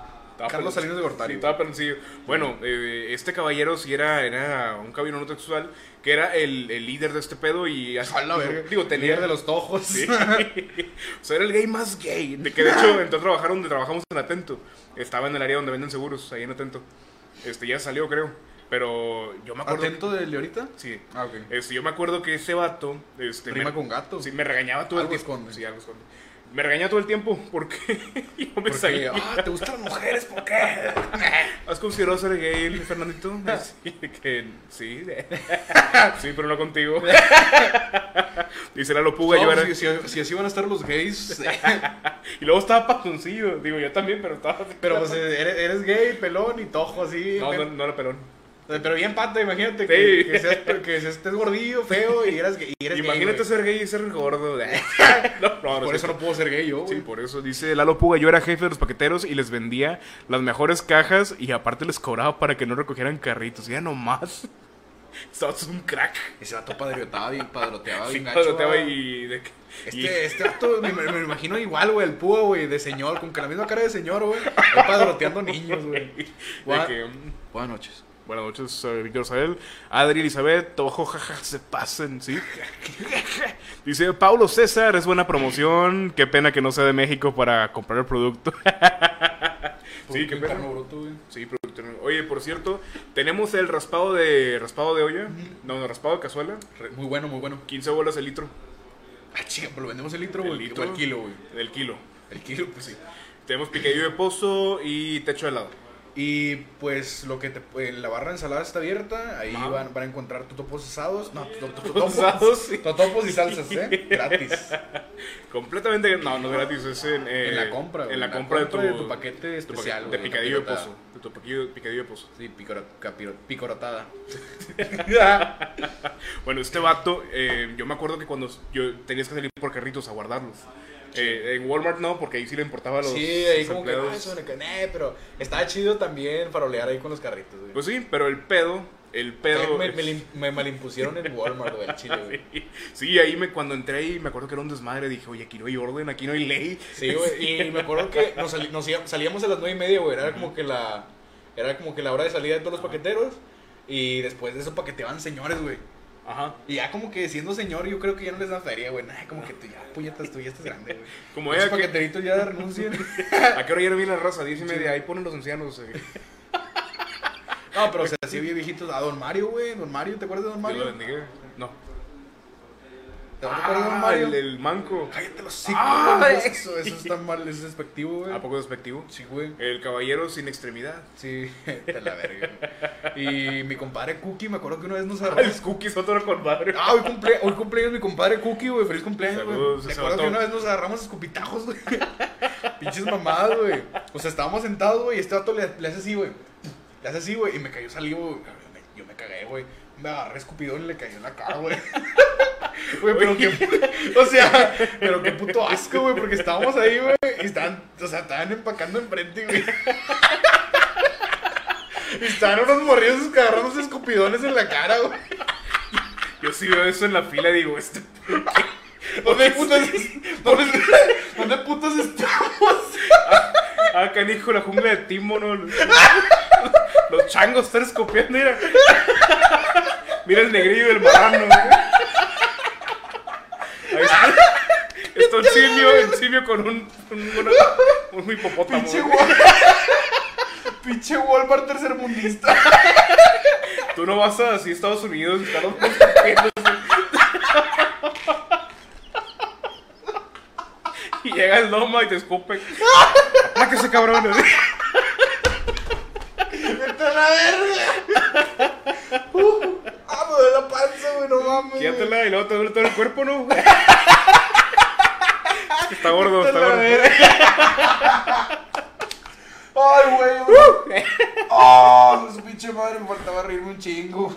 Speaker 4: Carlos
Speaker 1: pelon-
Speaker 4: Salinas de Gortari.
Speaker 1: Sí, estaba peloncillo. Bueno, eh, este caballero sí era, era un caballero no sexual que era el, el líder de este pedo y...
Speaker 4: A la verga.
Speaker 1: Digo, tenía...
Speaker 4: Líder de los tojos.
Speaker 1: Sí. <laughs> o sea, era el gay más gay. De que de hecho entró a trabajar donde trabajamos en Atento. Estaba en el área donde venden seguros, ahí en Atento. Este, ya salió, creo. Pero yo me acuerdo...
Speaker 4: <laughs> ¿Atento del de ahorita?
Speaker 1: Sí.
Speaker 4: Ah, ok.
Speaker 1: Este, yo me acuerdo que ese vato... Este,
Speaker 4: Rima
Speaker 1: me-
Speaker 4: con gato.
Speaker 1: Sí, me regañaba todo
Speaker 4: Algo
Speaker 1: el tiempo.
Speaker 4: esconde.
Speaker 1: Sí, algo esconde. Me regañaba todo el tiempo porque <laughs> yo me
Speaker 4: Porque,
Speaker 1: salía.
Speaker 4: ah, ¿te gustan las mujeres?
Speaker 1: <laughs>
Speaker 4: ¿Por qué?
Speaker 1: ¿Has considerado ser gay, Fernandito?
Speaker 4: <laughs>
Speaker 1: Sí, que, sí, sí, pero no
Speaker 4: <laughs>
Speaker 1: contigo. Dice la lopuga, yo
Speaker 4: No,
Speaker 1: era.
Speaker 4: si, si- si así van a estar los
Speaker 1: <laughs>
Speaker 4: gays. eh,
Speaker 1: Y luego estaba patoncillo. Digo, yo también, pero estaba.
Speaker 4: Pero pues eh, eres, eres gay, pelón y tojo así.
Speaker 1: No,
Speaker 4: pe-
Speaker 1: no, no era pelón.
Speaker 4: Pero bien pata, imagínate. Que,
Speaker 1: Sí.
Speaker 4: que seas, que seas- estés gordillo, feo y eras gay. y eres gay,
Speaker 1: Imagínate
Speaker 4: güey.
Speaker 1: ser gay y ser
Speaker 4: <laughs>
Speaker 1: gordo. <laughs> no, no, no.
Speaker 4: Por eso no puedo ser gay yo.
Speaker 1: Sí,
Speaker 4: güey.
Speaker 1: por eso. Dice Lalo Puga, yo era jefe de los paqueteros y les vendía las mejores cajas y aparte les cobraba para que no recogieran carritos. Ya nomás. <laughs> Estabas un crack.
Speaker 4: Ese vato padroteaba bien, padroteaba
Speaker 1: Sí,
Speaker 4: bien gacho,
Speaker 1: padroteaba
Speaker 4: ah.
Speaker 1: y... De, que- y-
Speaker 4: Este, este vato me, me lo imagino igual, güey, el púa, güey, de señor, con que la misma cara de señor, güey. ahí Padroteando niños, güey.
Speaker 1: de que, mm,
Speaker 4: Buenas noches.
Speaker 1: buenas noches, eh, Víctor Isabel. Adri Elizabeth, ojo, jaja, se pasen, ¿sí? <laughs> Dice, Paulo César, es buena promoción. Qué pena que no sea de México para comprar el producto. <laughs> Sí, qué pena.
Speaker 4: perro bruto, güey.
Speaker 1: Sí, productor. Oye, por cierto, tenemos el raspado de raspado de olla. No, no, raspado de cazuela.
Speaker 4: Re- Muy bueno, muy bueno.
Speaker 1: 15 bolas el litro.
Speaker 2: Ah, chica, pues lo vendemos el litro,
Speaker 1: El
Speaker 2: güey.
Speaker 1: litro.
Speaker 2: O el kilo, güey.
Speaker 1: El kilo.
Speaker 2: El kilo, pues sí.
Speaker 1: Tenemos picadillo de pozo y techo de helado.
Speaker 2: Y pues lo que te, eh, la barra de ensalada está abierta, ahí
Speaker 1: Ajá.
Speaker 2: van, van a encontrar totopos asados, no,
Speaker 1: <laughs>
Speaker 2: to- to-
Speaker 1: Totopos
Speaker 2: totopos,
Speaker 1: asados, sí.
Speaker 2: totopos y salsas, ¿eh? Gratis.
Speaker 1: Completamente, no, no es gratis, es en, eh,
Speaker 2: En la compra, güey,
Speaker 1: En la
Speaker 2: la
Speaker 1: compra,
Speaker 2: compra
Speaker 1: de,
Speaker 2: de
Speaker 1: tu,
Speaker 2: tu paquete
Speaker 1: de tu
Speaker 2: especial,
Speaker 1: paquete-
Speaker 2: güey,
Speaker 1: de
Speaker 2: la
Speaker 1: picadillo de
Speaker 2: picotada.
Speaker 1: pozo. De tu paquillo- picadillo de pozo.
Speaker 2: Sí, picora- capiro- picorotada.
Speaker 1: Bueno, este vato, eh, yo me acuerdo que cuando yo tenías que salir por carritos a guardarlos. Eh, en Walmart no, porque ahí sí le importaba a los
Speaker 2: sí, ahí
Speaker 1: los
Speaker 2: como que,
Speaker 1: empleados.
Speaker 2: "Ah, eso me cae". Nah, pero está chido también farolear ahí con los carritos, güey.
Speaker 1: Pues sí, pero el pedo, el pedo.
Speaker 2: me,
Speaker 1: es-
Speaker 2: me lim- me malimpusieron en Walmart, güey, al chile, güey.
Speaker 1: <laughs> Sí, ahí me, cuando entré ahí me acuerdo que era un desmadre. Dije, oye, aquí no hay orden, aquí no hay ley.
Speaker 2: Sí, güey, y- y me acuerdo que nos, sali- nos íbamos- salíamos a las nueve y media, güey, era como que la era como que la hora de salida de todos los paqueteros y después de eso paqueteaban señores, güey.
Speaker 1: <laughs> Ajá.
Speaker 2: Y ya como que siendo señor, yo creo que ya no les da feria, güey. Nah, como que tú ya, puñetas, tú ya estás grande, <laughs> güey.
Speaker 1: Como
Speaker 2: Esos
Speaker 1: era que-
Speaker 2: paqueteritos ya <laughs> renuncian.
Speaker 1: ¿A qué hora ya no viene la raza? Diez y
Speaker 2: Sí.
Speaker 1: media. Ahí ponen los ancianos. eh.
Speaker 2: No, pero o sea, sí había viejitos. A Don Mario, güey. Don Mario, ¿te acuerdas de Don
Speaker 1: Dios
Speaker 2: Mario?
Speaker 1: lo
Speaker 2: ¿Te
Speaker 1: bendiga. No. Ah,
Speaker 2: acuerdas de Don Mario?
Speaker 1: el, el manco.
Speaker 2: Cállate los hocico,
Speaker 1: Ah,
Speaker 2: güey,
Speaker 1: güey.
Speaker 2: Eso, eso está mal, eso es despectivo, güey.
Speaker 1: ¿A poco despectivo?
Speaker 2: Sí, güey.
Speaker 1: El caballero sin extremidad. <laughs>
Speaker 2: Sí, de la verga. güey. Y mi compadre Cookie, me acuerdo que una vez nos agarró.
Speaker 1: El cookie es otro compadre.
Speaker 2: Ah, hoy, cumple, hoy cumpleaños mi compadre Cookie, güey. Feliz cumpleaños,
Speaker 1: Saludos,
Speaker 2: güey. Me
Speaker 1: ese
Speaker 2: acuerdo
Speaker 1: vato.
Speaker 2: que una vez nos agarramos escupitajos, güey. <laughs> Pinches mamadas, güey. O sea, estábamos sentados, güey, y este vato le, le hace así, güey. Le hace así, güey, y me cayó saliva, güey. Yo me- Yo me cagué, güey. Me agarré escupidón y le cayó en la cara, güey. <laughs> Güey, pero qué. O sea, pero qué puto asco, güey, porque estábamos ahí, güey, y estaban, o sea, estaban empacando enfrente, güey. <laughs> Y estaban unos morridos agarrándose escupidones en la cara, güey.
Speaker 1: Yo sí veo eso en la fila y digo, este <laughs>
Speaker 2: ¿Dónde putas, dónde, <laughs> dónde putas estamos?
Speaker 1: Ah, canijo, la jungla de Timo, ¿no? <laughs> Los, los changos están escopiando, mira. <laughs> Mira el negrillo y el marrano, güey. Ahí
Speaker 2: <laughs>
Speaker 1: está. Está un simio, el simio con un, un, una- un hipopótamo.
Speaker 2: Pinche
Speaker 1: güey.
Speaker 2: Wal- <laughs> Pinche Walmart tercermundista.
Speaker 1: Tú no vas a así Estados Unidos y están los putos escopiendo, así. Y llega el loma y te escupe. Ah, Apláquese, cabrón. así.
Speaker 2: ¡Vete a la verga! Uh, ah, me duele la panza, güey, no mames. güey.
Speaker 1: Quédatela y luego te duele todo el cuerpo, ¿no? está gordo,
Speaker 2: Vete
Speaker 1: está
Speaker 2: a la
Speaker 1: gordo.
Speaker 2: verga. Ay, güey. güey. Ah, su pinche madre, me faltaba reírme un chingo.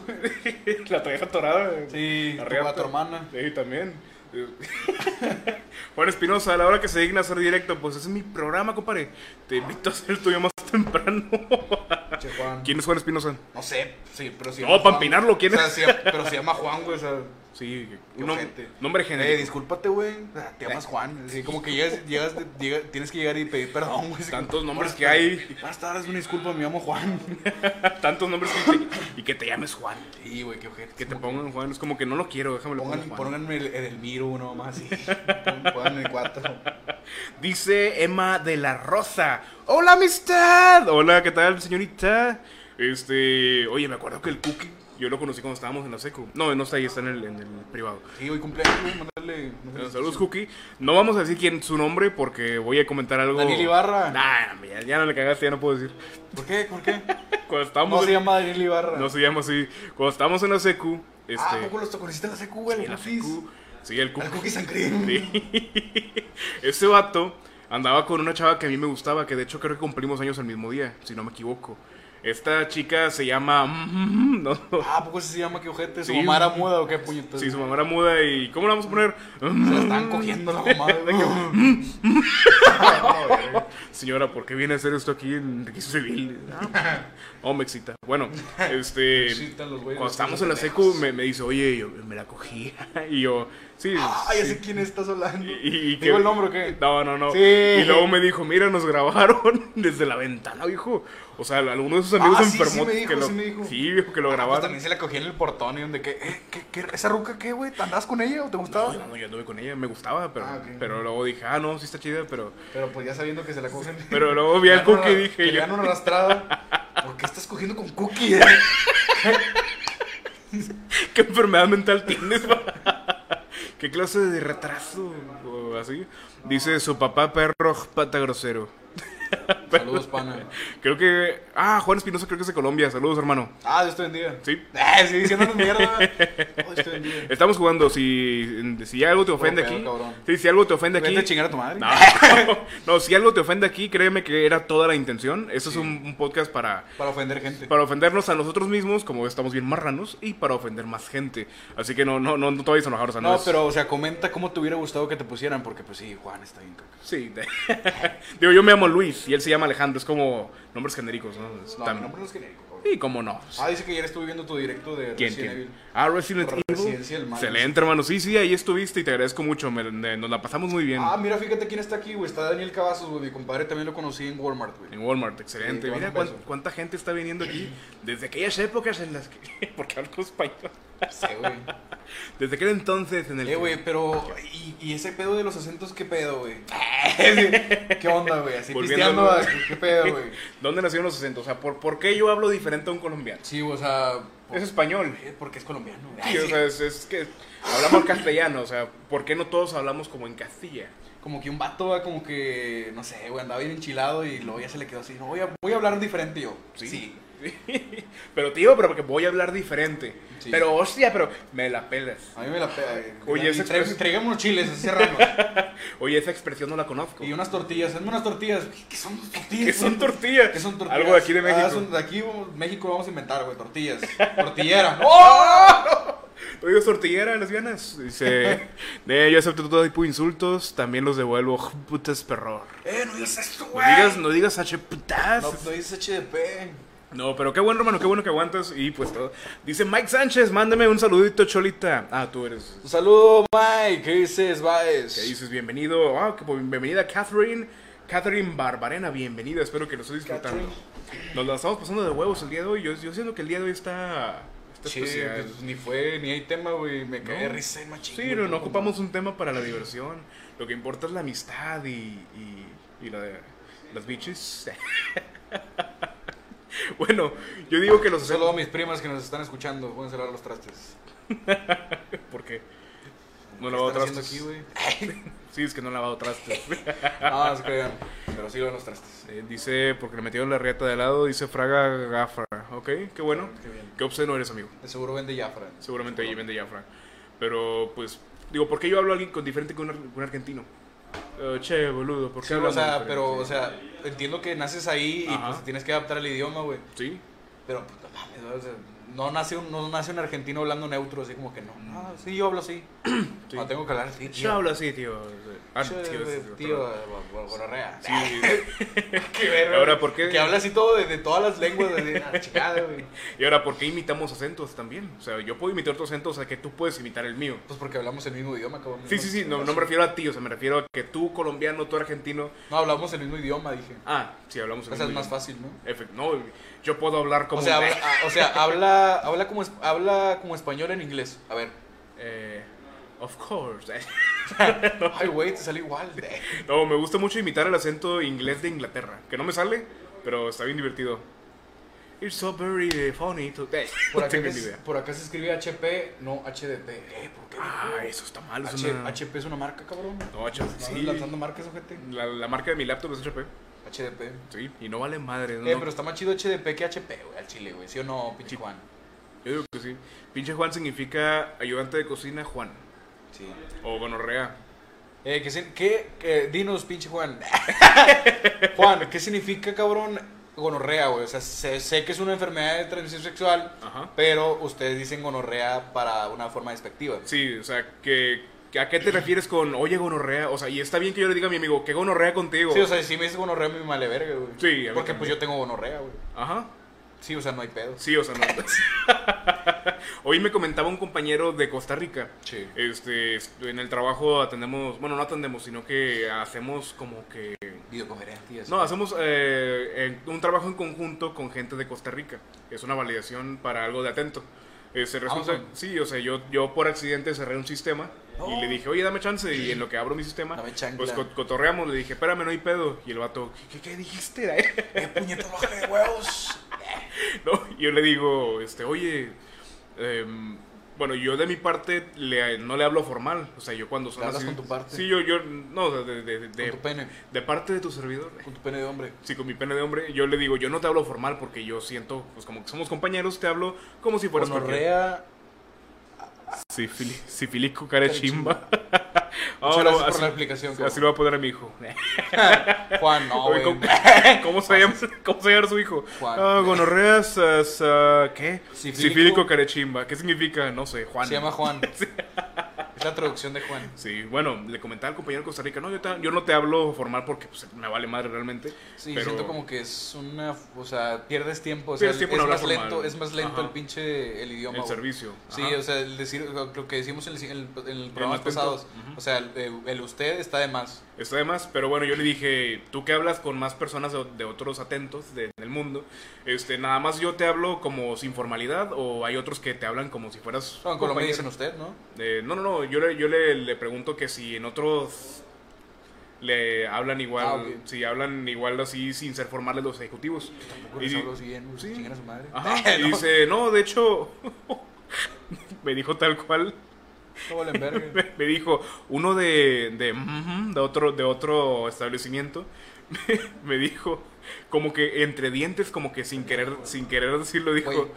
Speaker 1: La traía atorada. güey.
Speaker 2: Sí,
Speaker 1: La
Speaker 2: tu-
Speaker 1: reata.
Speaker 2: a tu hermana.
Speaker 1: Sí, también. Juan Espinosa, a la hora que se digna hacer directo, pues ese es mi programa, compadre. Te invito a hacer el tuyo más temprano.
Speaker 2: Pinche Juan.
Speaker 1: ¿Quién es Juan Espinosa?
Speaker 2: No sé, sí, pero sí.
Speaker 1: No, para empinarlo, ¿quién
Speaker 2: O sea, sí, pero se llama Juan, güey, o sea.
Speaker 1: Sí,
Speaker 2: Qué
Speaker 1: un nom-
Speaker 2: ojete.
Speaker 1: nombre
Speaker 2: Eh,
Speaker 1: genérico.
Speaker 2: discúlpate, güey. O sea, Te llamas Juan. Así como que llegas, llegas, llega- tienes que llegar y pedir perdón, güey. Así
Speaker 1: Tantos
Speaker 2: como,
Speaker 1: nombres
Speaker 2: "Buenas
Speaker 1: que
Speaker 2: tardes".
Speaker 1: hay.
Speaker 2: Buenas tardes, una disculpa, me llamo Juan.
Speaker 1: Tantos nombres que te- y que te llames Juan.
Speaker 2: Sí, güey, qué ojete.
Speaker 1: Que te pongan Juan, es como que no lo quiero, déjame lo
Speaker 2: Pongan,
Speaker 1: pongo Juan.
Speaker 2: pónganme el Edelmiro, uno más así. Pon- Pónganme cuatro.
Speaker 1: Dice Emma de la Rosa. Hola, amistad. Hola, ¿qué tal, señorita? Este, oye, me acuerdo que el cookie, yo lo conocí cuando estábamos en la seco. No, no está ahí, está en el, en el privado.
Speaker 2: Sí, güey, cumpleaños, güey. Mandarle.
Speaker 1: Eh, Saludos, Cookie. No vamos a decir quién su nombre porque voy a comentar algo.
Speaker 2: Daniel Ibarra.
Speaker 1: Nah, ya, ya no le cagaste, ya no puedo
Speaker 2: <laughs>
Speaker 1: decir.
Speaker 2: ¿Por qué? ¿Por qué?
Speaker 1: Cuando estábamos.
Speaker 2: No se
Speaker 1: en-
Speaker 2: llama Daniel Ibarra.
Speaker 1: no se llama así. Cuando estábamos en la secu, este.
Speaker 2: Ah, ¿a poco los toconistas de la secu, güey?
Speaker 1: en la
Speaker 2: Los cookies.
Speaker 1: secu, sí, el
Speaker 2: Al
Speaker 1: Cookie.
Speaker 2: cookie sangrín.
Speaker 1: Sí. <laughs> Ese vato andaba con una chava que a mí me gustaba, que de hecho creo que cumplimos años el mismo día, si no me equivoco. Esta chica se llama... <laughs> mm, No, no.
Speaker 2: Ah, ¿a poco ese se llama? ¿Qué ojete? ¿Su
Speaker 1: Sí.
Speaker 2: mamá era muda o qué puñetas?
Speaker 1: Sí, su mamá era muda y... ¿Cómo la vamos a poner?
Speaker 2: Se la están cogiendo la <laughs> mamá. güey.
Speaker 1: <laughs> Señora, ¿por qué viene a hacer esto aquí en registro
Speaker 2: <laughs>
Speaker 1: civil? Ah, Oh, me excita. Bueno, este...
Speaker 2: Me excitan los güeyes
Speaker 1: Cuando estábamos en la
Speaker 2: pendejos.
Speaker 1: secu me, me dice, oye, yo me la cogí. <laughs> Y yo, sí.
Speaker 2: Ah, ya
Speaker 1: sí.
Speaker 2: sé quién estás hablando.
Speaker 1: Y- y- y
Speaker 2: ¿Digo
Speaker 1: que-
Speaker 2: el nombre o qué?
Speaker 1: No, no, no.
Speaker 2: Sí.
Speaker 1: Y luego me dijo, mira, nos grabaron <laughs> desde la ventana, viejo. O sea, alguno de sus amigos
Speaker 2: Ah,
Speaker 1: se
Speaker 2: sí, sí
Speaker 1: enfermó
Speaker 2: me dijo,
Speaker 1: que lo,
Speaker 2: sí me dijo.
Speaker 1: Sí, viejo, que lo
Speaker 2: Ah, pues
Speaker 1: grabaron.
Speaker 2: también se la cogía en el portón y donde que, eh, ¿qué, qué- esa ruca qué, güey? ¿Te ¿Andabas con ella o te gustaba?
Speaker 1: No, no, no, yo anduve con ella, me gustaba, pero,
Speaker 2: Ah, ok.
Speaker 1: pero luego dije, ah, no, sí está chida, pero...
Speaker 2: Pero pues ya sabiendo que se la cogen. <laughs>
Speaker 1: Pero luego vi al
Speaker 2: Le dan
Speaker 1: Cookie y
Speaker 2: una-
Speaker 1: dije,
Speaker 2: que Le
Speaker 1: yo-
Speaker 2: dan una arrastrada. ¿Por qué estás cogiendo con Cookie? eh? <laughs>
Speaker 1: ¿Qué enfermedad mental tienes? va? <laughs> ¿Qué clase de retraso? O así. Dice su papá perro pata grosero.
Speaker 2: Saludos, pana.
Speaker 1: Creo que. Ah, Juan Espinosa, creo que es de Colombia. Saludos, hermano.
Speaker 2: Ah, Dios te bendiga.
Speaker 1: Sí.
Speaker 2: Ah, sí, diciéndonos mierda. <laughs> Oh, Dios te bendiga.
Speaker 1: Estamos jugando. Si, si algo te ofende
Speaker 2: pedo,
Speaker 1: aquí.
Speaker 2: cabrón.
Speaker 1: Sí, si algo te ofende aquí.
Speaker 2: Vete a chingar a tu madre.
Speaker 1: No, <laughs> no, si algo te ofende aquí, créeme que era toda la intención. Esto es un, un podcast para,
Speaker 2: Para ofender gente.
Speaker 1: para ofendernos a nosotros mismos, como estamos bien marranos, y para ofender más gente. Así que no, no, no, no te vayas a enojar, o sea, no
Speaker 2: No,
Speaker 1: es-
Speaker 2: pero, o sea, comenta cómo te hubiera gustado que te pusieran, porque pues sí, Juan está bien caca.
Speaker 1: Sí, de- <laughs> digo, yo me llamo Luis y él se llama Alejandro, es como nombres genéricos, ¿no? Es
Speaker 2: No,
Speaker 1: tan-
Speaker 2: mi nombre no es genérico, cabrón.
Speaker 1: Y cómo no.
Speaker 2: Ah, dice que ayer estuve viendo tu directo de
Speaker 1: ¿Quién,
Speaker 2: Resident
Speaker 1: quién?
Speaker 2: Evil.
Speaker 1: Ah, Resident Evil.
Speaker 2: Residencia del mal.
Speaker 1: Excelente, hermano. Sí, sí, ahí estuviste y te agradezco mucho. me- me- nos la pasamos muy bien
Speaker 2: Ah, mira, fíjate quién está aquí, güey. Está Daniel Cavazos, güey. Mi compadre también lo conocí en Walmart,
Speaker 1: <laughs>
Speaker 2: güey.
Speaker 1: en Walmart.
Speaker 2: Sí,
Speaker 1: Excelente.
Speaker 2: te
Speaker 1: Mira
Speaker 2: mando un
Speaker 1: cuán-
Speaker 2: beso.
Speaker 1: cuánta gente está viniendo aquí desde aquellas épocas en las que. <laughs> Porque hablo español.
Speaker 2: Sí, güey.
Speaker 1: Desde aquel entonces en el.
Speaker 2: Eh,
Speaker 1: que-
Speaker 2: güey, pero. ¿y, y ese pedo de los acentos qué pedo,
Speaker 1: <laughs>
Speaker 2: güey? ¿Qué onda, güey? Así
Speaker 1: Eh, Volviendo
Speaker 2: pisteando,
Speaker 1: al-
Speaker 2: así, ¿qué pedo, güey?
Speaker 1: <laughs> ¿Dónde nacieron los acentos? O sea, ¿por, ¿por qué yo hablo diferente a un colombiano?
Speaker 2: Sí, o sea. por-
Speaker 1: Es español.
Speaker 2: eh, Porque es colombiano, güey.
Speaker 1: Sí, o sea, es, es que hablamos castellano, o sea, ¿por qué no todos hablamos como en Castilla?
Speaker 2: Como que un vato, güey, como que. No sé, güey, andaba bien enchilado y luego ya se le quedó así. No, voy a, voy a hablar diferente yo.
Speaker 1: Sí. <laughs> Pero tío, pero porque voy a hablar diferente.
Speaker 2: Sí.
Speaker 1: Pero hostia, pero me la pelas.
Speaker 2: A mí me la pega, güey.
Speaker 1: Oye, pues
Speaker 2: Y
Speaker 1: esa
Speaker 2: trae-
Speaker 1: expresión-
Speaker 2: Tráigame unos chiles, así serrano.
Speaker 1: Oye, esa expresión no la conozco.
Speaker 2: Y unas tortillas, hazme unas tortillas. ¿Qué- ¿Qué son tortillas?
Speaker 1: ¿Qué son tortillas?
Speaker 2: ¿Qué son tortillas?
Speaker 1: Algo de aquí de México.
Speaker 2: Ah, son de aquí, vamos- México vamos a inventar, güey, <laughs> tortillas. Tortillera. ¡Oh!
Speaker 1: Oye, tortillera, lesbianas.
Speaker 2: <laughs>
Speaker 1: Dice, "Eh, yo acepto todo tipo de insultos, también los devuelvo, putas perror.
Speaker 2: ¡Eh, no digas esto,
Speaker 1: No
Speaker 2: güey!
Speaker 1: digas, no digas H putas.
Speaker 2: No, pues, no dices HDP.
Speaker 1: No, pero qué bueno, hermano, qué bueno que aguantas. Y pues todo. Dice Mike Sánchez, mándame un saludito, Cholita. Ah, tú eres.
Speaker 2: Un saludo, Mike. ¿Qué dices, Baez?
Speaker 1: Que dices bienvenido. Ah, que bienvenida, Catherine. Catherine Barbarena, bienvenida. Espero que lo estés disfrutando. Nos la estamos pasando de huevos el día de hoy. Yo, yo siento que el día de hoy está. está
Speaker 2: Che,
Speaker 1: especial.
Speaker 2: pues, ni fue, ni hay tema, güey. Me caí de risa y machín. pues,
Speaker 1: Sí, no, no ocupamos un tema para la diversión. Lo que importa es la amistad y, y, y la de las bitches. <laughs> bueno, yo digo que los
Speaker 2: Un saludo
Speaker 1: hacemos
Speaker 2: a mis primas que nos están escuchando. Pueden cerrar los trastes.
Speaker 1: porque no
Speaker 2: ¿Qué
Speaker 1: lavo
Speaker 2: están haciendo
Speaker 1: trastes.
Speaker 2: aquí, güey?
Speaker 1: Sí, es que no he lavado trastes.
Speaker 2: <laughs> Ah, <laughs> no se crean. Pero sí van los trastes.
Speaker 1: Eh, dice, porque le metieron la riata de lado, dice Fraga Gafra. Ok, qué bueno.
Speaker 2: Qué bien.
Speaker 1: Qué obsceno eres, amigo.
Speaker 2: De seguro vende Jafra.
Speaker 1: Seguramente ahí vende Jafra. Pero, pues, digo, ¿por qué yo hablo a alguien con diferente que un, ar- un argentino? Eh, che, boludo, ¿por qué
Speaker 2: Sí, o
Speaker 1: hablamos
Speaker 2: sea,
Speaker 1: diferente?
Speaker 2: pero, o sea, entiendo que naces ahí y
Speaker 1: Ajá.
Speaker 2: pues tienes que adaptar al idioma, güey.
Speaker 1: Sí,
Speaker 2: Pero, pues, no mames, o sea, no nace, un, no nace un argentino hablando neutro, así como que no. Ah, sí, yo hablo <clears throat> así.
Speaker 1: Sí.
Speaker 2: Ah, tengo que hablar así,
Speaker 1: Yo hablo así, tío. Ah,
Speaker 2: Che,
Speaker 1: tío, sí,
Speaker 2: tío,
Speaker 1: perdón.
Speaker 2: bo- bo- gonorrea.
Speaker 1: Sí.
Speaker 2: <laughs> Qué verga,
Speaker 1: Ahora,
Speaker 2: güey.
Speaker 1: ¿por qué?
Speaker 2: Que habla así todo de, de todas las lenguas, de la <laughs> chingada, güey.
Speaker 1: Y ahora, ¿por qué imitamos acentos también? O sea, yo puedo imitar tu acento, o sea, que tú puedes imitar el mío.
Speaker 2: Pues porque hablamos el mismo idioma, cabrón.
Speaker 1: Sí, sí, sí, no, no me refiero a ti, o sea, me refiero a que tú colombiano, tú argentino.
Speaker 2: No, hablamos el mismo idioma, dije.
Speaker 1: Ah, sí, hablamos el
Speaker 2: O sea, es
Speaker 1: mismo
Speaker 2: más
Speaker 1: idioma.
Speaker 2: fácil, ¿no?
Speaker 1: Efe- No, yo puedo hablar como.
Speaker 2: O sea,
Speaker 1: un-
Speaker 2: habla, ah, o sea,
Speaker 1: <laughs>
Speaker 2: habla, habla, como, es- habla como español en inglés. A ver.
Speaker 1: Eh, of course. eh.
Speaker 2: Ay, güey, te sale igual.
Speaker 1: <laughs> No, me gusta mucho imitar el acento inglés de Inglaterra, que no me sale, pero está bien divertido. It's so very eh, funny to- Eh, <laughs>
Speaker 2: Por
Speaker 1: no
Speaker 2: acá,
Speaker 1: tengo ni
Speaker 2: se-
Speaker 1: idea.
Speaker 2: por acá se escribe HP, no HDP. Eh, ¿por qué?
Speaker 1: Ah, eso está mal. es
Speaker 2: H-
Speaker 1: una-
Speaker 2: HP es una marca, cabrón.
Speaker 1: No, H-
Speaker 2: Andas
Speaker 1: sí.
Speaker 2: lanzando marcas, ojete.
Speaker 1: La, la marca de mi laptop es HP.
Speaker 2: HDP. Eh,
Speaker 1: Sí, y no vale madre. No,
Speaker 2: pero está más chido HDP que HP, güey, al chile, güey. ¿Sí o no,
Speaker 1: Sí.
Speaker 2: pinche Juan?
Speaker 1: Yo digo que sí. Pinche Juan significa ayudante de cocina Juan.
Speaker 2: Sí.
Speaker 1: O gonorrea.
Speaker 2: Eh, ¿qué, sin- qué, eh, dinos, pinche Juan. <laughs> Juan, ¿qué significa, cabrón, gonorrea, güey? O sea, sé, sé que es una enfermedad de transmisión sexual,
Speaker 1: Ajá.
Speaker 2: pero ustedes dicen gonorrea para una forma despectiva.
Speaker 1: Sí, o sea, que, que ¿a qué te refieres con oye gonorrea? O sea, y está bien que yo le diga a mi amigo, ¿qué gonorrea contigo?
Speaker 2: Sí, o sea, si me dices gonorrea, me vale verga, güey.
Speaker 1: Sí, a mí
Speaker 2: Porque
Speaker 1: también.
Speaker 2: pues yo tengo gonorrea, güey.
Speaker 1: Ajá.
Speaker 2: Sí, o sea, no hay pedo.
Speaker 1: Sí, o sea, no. <laughs> Hoy me comentaba un compañero de Costa Rica.
Speaker 2: Sí.
Speaker 1: Este, en el trabajo atendemos, bueno, no atendemos, sino que hacemos como que...
Speaker 2: Videoconferencias.
Speaker 1: No, hacemos eh, en- un trabajo en conjunto con gente de Costa Rica. Es una validación para algo de atento. Eh,
Speaker 2: Ah,
Speaker 1: se resulta,
Speaker 2: bueno.
Speaker 1: sí, o sea, yo, yo por accidente cerré un sistema y
Speaker 2: No.
Speaker 1: le dije, oye, dame chance. Y en lo que abro mi sistema,
Speaker 2: Oh. Dame chancla.
Speaker 1: pues co- cotorreamos. Le dije, espérame, no hay pedo. Y el vato, ¿qué, qué- qué dijiste? <laughs>
Speaker 2: ¡Eh, puñetas, bájale de huevos!
Speaker 1: ¿no? Y yo le digo, este, oye, em, Bueno, yo de mi parte le, no le hablo formal. O sea, yo cuando son
Speaker 2: Le hablas
Speaker 1: así-
Speaker 2: con tu parte.
Speaker 1: Sí, yo, yo, no, de, de, de- de-
Speaker 2: Con tu pene.
Speaker 1: de parte de tu servidor.
Speaker 2: Con tu pene de hombre.
Speaker 1: Sí, con mi pene de hombre, yo le digo, yo no te hablo formal porque yo siento, pues como que somos compañeros, te hablo como si fueras cualquier-
Speaker 2: Gonorrea.
Speaker 1: Sífili- Sifilico, cara de chimba. <laughs>
Speaker 2: Muchas
Speaker 1: Ahora,
Speaker 2: gracias por
Speaker 1: así,
Speaker 2: la explicación, Ah,
Speaker 1: así lo va a poner a mi hijo.
Speaker 2: Juan,
Speaker 1: <laughs>
Speaker 2: no,
Speaker 1: Oye,
Speaker 2: güey.
Speaker 1: ¿cómo, <laughs> cómo se llama, ¿Cómo se llama su hijo?
Speaker 2: Juan.
Speaker 1: Ah, gonorrea, sa- sa- ¿qué?
Speaker 2: Sifílico.
Speaker 1: Sifílico carechimba. ¿Qué significa? No sé, Juan.
Speaker 2: Se llama Juan.
Speaker 1: <laughs>
Speaker 2: Es la traducción de Juan.
Speaker 1: Sí, bueno, le comentaba al compañero de Costa Rica, no, yo, ta- yo no te hablo formal porque pues, me vale madre realmente.
Speaker 2: Sí,
Speaker 1: pero-
Speaker 2: siento como que es una. O sea, pierdes tiempo. O sea,
Speaker 1: Pierdes tiempo en
Speaker 2: es,
Speaker 1: hablar
Speaker 2: más lento,
Speaker 1: formal.
Speaker 2: es más lento
Speaker 1: Ajá.
Speaker 2: el pinche el idioma.
Speaker 1: El
Speaker 2: güey.
Speaker 1: servicio.
Speaker 2: Sí,
Speaker 1: ajá.
Speaker 2: o sea, el decir lo lo que decimos en, el- en el- en los programas
Speaker 1: atento.
Speaker 2: pasados.
Speaker 1: Ujú.
Speaker 2: O sea, el, el usted está de más.
Speaker 1: Está de más, pero bueno, yo le dije, tú que hablas con más personas de, de otros atentos de- del mundo, este, nada más yo te hablo como sin formalidad o hay otros que te hablan como si fueras...
Speaker 2: No, en Colombia
Speaker 1: compañero?
Speaker 2: dicen usted, ¿no?
Speaker 1: Eh, no, no, no, yo, le, yo le, le pregunto que si en otros le hablan igual,
Speaker 2: Ah, ok.
Speaker 1: si hablan igual así sin ser formales los ejecutivos.
Speaker 2: Tampoco
Speaker 1: Y
Speaker 2: les
Speaker 1: di-
Speaker 2: hablo bien, pues,
Speaker 1: sí.
Speaker 2: chingan a su madre. <laughs>
Speaker 1: Ajá, y
Speaker 2: no,
Speaker 1: dice, no, de hecho, <laughs> me dijo tal cual,
Speaker 2: no valen verga.
Speaker 1: me dijo uno de, de, ujú, de otro, de otro establecimiento, <laughs> me dijo como que entre dientes, como que sin querer, sin querer decirlo,
Speaker 2: Güey.
Speaker 1: dijo,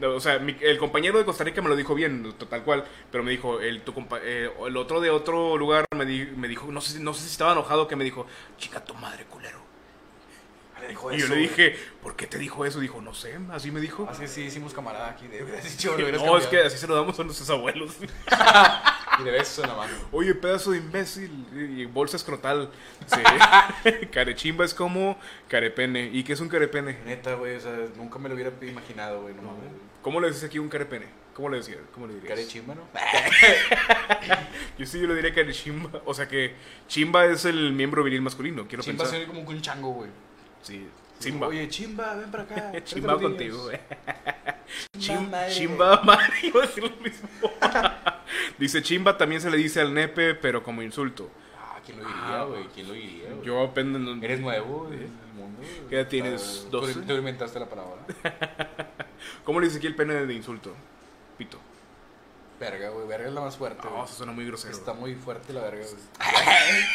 Speaker 1: no, o sea, mi- el compañero de Costa Rica me lo dijo bien, tal cual, pero me dijo, el, tu compa- eh, el otro de otro lugar me, di- me dijo, no sé, si- no sé si estaba enojado, que me dijo, chica tu madre culero.
Speaker 2: Le dijo
Speaker 1: Y yo <laughs>
Speaker 2: eso,
Speaker 1: le
Speaker 2: güey.
Speaker 1: dije, ¿por qué te dijo eso? Dijo, no sé, así me dijo.
Speaker 2: Así sí hicimos camarada aquí. De hubieras <laughs> dicho, lo hubieras
Speaker 1: No, es que
Speaker 2: cambiado.
Speaker 1: así se lo damos a nuestros abuelos.
Speaker 2: Y de beso en la mano.
Speaker 1: Oye, pedazo de imbécil. Y y bolsa escrotal. Sí.
Speaker 2: <laughs>
Speaker 1: Carechimba es como carepene. ¿Y qué es un carepene?
Speaker 2: Neta, güey, o sea, nunca me lo hubiera imaginado, güey, no mames.
Speaker 1: ¿Cómo le dices aquí un carepene? ¿Cómo le decías? ¿Cómo le dirías?
Speaker 2: Cara de chimba, ¿no?
Speaker 1: Yo sí yo le diría carechimba. O sea que chimba es el miembro viril masculino. Quiero
Speaker 2: Chimba
Speaker 1: pensar.
Speaker 2: suena como que un chango, güey.
Speaker 1: Sí. Chimba.
Speaker 2: Oye, chimba, ven
Speaker 1: <laughs>
Speaker 2: para acá. tráete
Speaker 1: chimba
Speaker 2: los niños.
Speaker 1: contigo, güey.
Speaker 2: Chimba,
Speaker 1: Chim-
Speaker 2: madre.
Speaker 1: Chimba, madre, iba a decir lo mismo. <laughs> Dice chimba, también se le dice al nepe, pero como insulto.
Speaker 2: Ah, ¿quién lo diría, güey? ¿Quién lo diría, güey?
Speaker 1: Yo apenas.
Speaker 2: Eres nuevo en el mundo. güey.
Speaker 1: ¿Qué edad tienes?
Speaker 2: Tú-
Speaker 1: ¿doce?
Speaker 2: Tú inventaste la
Speaker 1: <laughs>
Speaker 2: palabra.
Speaker 1: ¿Cómo le dice aquí el pene de insulto? Pito.
Speaker 2: Verga, güey, verga es la más fuerte,
Speaker 1: No,
Speaker 2: güey.
Speaker 1: eso suena muy grosero.
Speaker 2: Está muy fuerte la verga,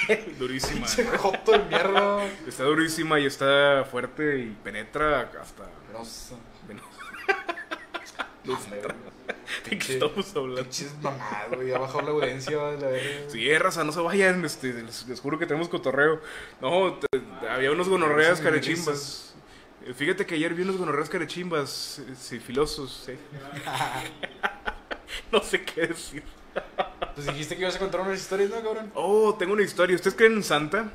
Speaker 2: güey.
Speaker 1: Durísima.
Speaker 2: Joto de mierda.
Speaker 1: Está durísima y está fuerte y penetra hasta.
Speaker 2: Grosso. <laughs>
Speaker 1: No sé <laughs> ¿De qué estamos hablando?
Speaker 2: Pinches mamadas, güey. Ha bajado la audiencia de la verga.
Speaker 1: Sí, raza, no se vayan. Este, les, les juro que tenemos cotorreo. No, te- había unos gonorreas
Speaker 2: Sí,
Speaker 1: carechimbas. Eh, Fíjate que ayer vi unos gonorreas carechimbas, eh, sifilosos. eh. <laughs> no sé qué decir.
Speaker 2: Pues dijiste que ibas a contar unas historias, ¿no, cabrón?
Speaker 1: Oh, tengo una historia. ¿Ustedes creen en Santa?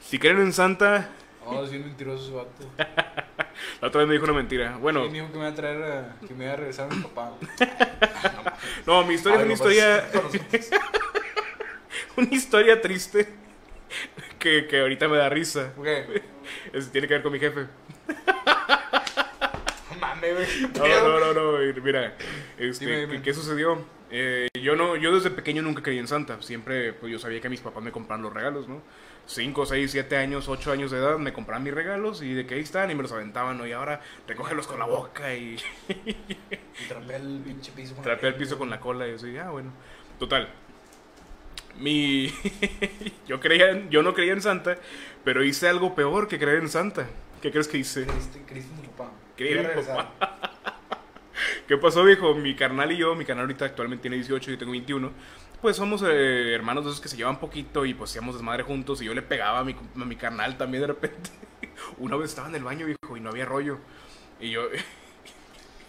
Speaker 1: Si creen en Santa,
Speaker 2: No, Oh, es bien mentiroso ese vato.
Speaker 1: la otra vez me dijo una mentira. Bueno,
Speaker 2: ¿Quién dijo que me iba a traer a, que me iba a regresar a mi papá?
Speaker 1: no, mi historia es una historia. <laughs> una historia triste que, que ahorita me da risa.
Speaker 2: Güey,
Speaker 1: Es- tiene que ver con mi jefe.
Speaker 2: no mames, güey.
Speaker 1: No, no, no, no, no, mira. Este,
Speaker 2: Dime, dime.
Speaker 1: ¿qué- ¿Qué sucedió? Eh, yo no, yo desde pequeño nunca creí en Santa. Siempre, pues yo sabía que mis papás me compraban los regalos, ¿no? 5, 6, 7 años, 8 años de edad me compraban mis regalos y de que ahí están y me los aventaban, ¿no? Y ahora recógelos con la boca y
Speaker 2: Y trapea el pinche piso. con la
Speaker 1: trapea el
Speaker 2: verga.
Speaker 1: piso con la cola y así, ah, bueno. Total. Mi. <laughs> yo, creía en- yo no creía en Santa, pero hice algo peor que creer en Santa. ¿Qué crees que hice?
Speaker 2: Creíste, creíste en tu papá.
Speaker 1: Creí en
Speaker 2: Iba a
Speaker 1: mi
Speaker 2: regresar.
Speaker 1: ¿Qué pasó, viejo? Mi carnal y yo, mi carnal ahorita actualmente tiene 18 y yo tengo 21. Pues somos eh, hermanos de esos que se llevan poquito y pues hacíamos desmadre juntos y yo le pegaba a mi, a mi carnal también de repente. <laughs> Una vez estaba en el baño, viejo, y no había rollo. Y yo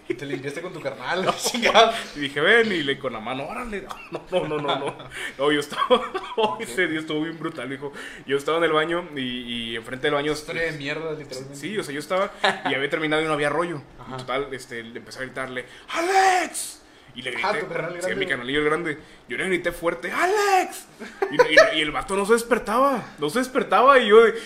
Speaker 2: Y te limpiaste con tu carnal. chingado.
Speaker 1: y dije, ven, y le con la mano, órale. <laughs> No, no, no, no, no. No, yo estaba. <laughs> oh, Ese día estuvo bien brutal, viejo. Yo estaba en el baño y, y enfrente del baño.
Speaker 2: Historia de mierda, literalmente.
Speaker 1: Sí, o sea, yo estaba y había terminado y no había rollo.
Speaker 2: Ajá.
Speaker 1: Total, este, le empecé a gritarle, ¡Alex! Y le grité,
Speaker 2: Ah, tu carnal
Speaker 1: sí,
Speaker 2: grande.
Speaker 1: a mi canalillo el grande, yo le grité fuerte, ¡Alex! Y, y- y el vato no se despertaba, no se despertaba y yo de, ¡Alex!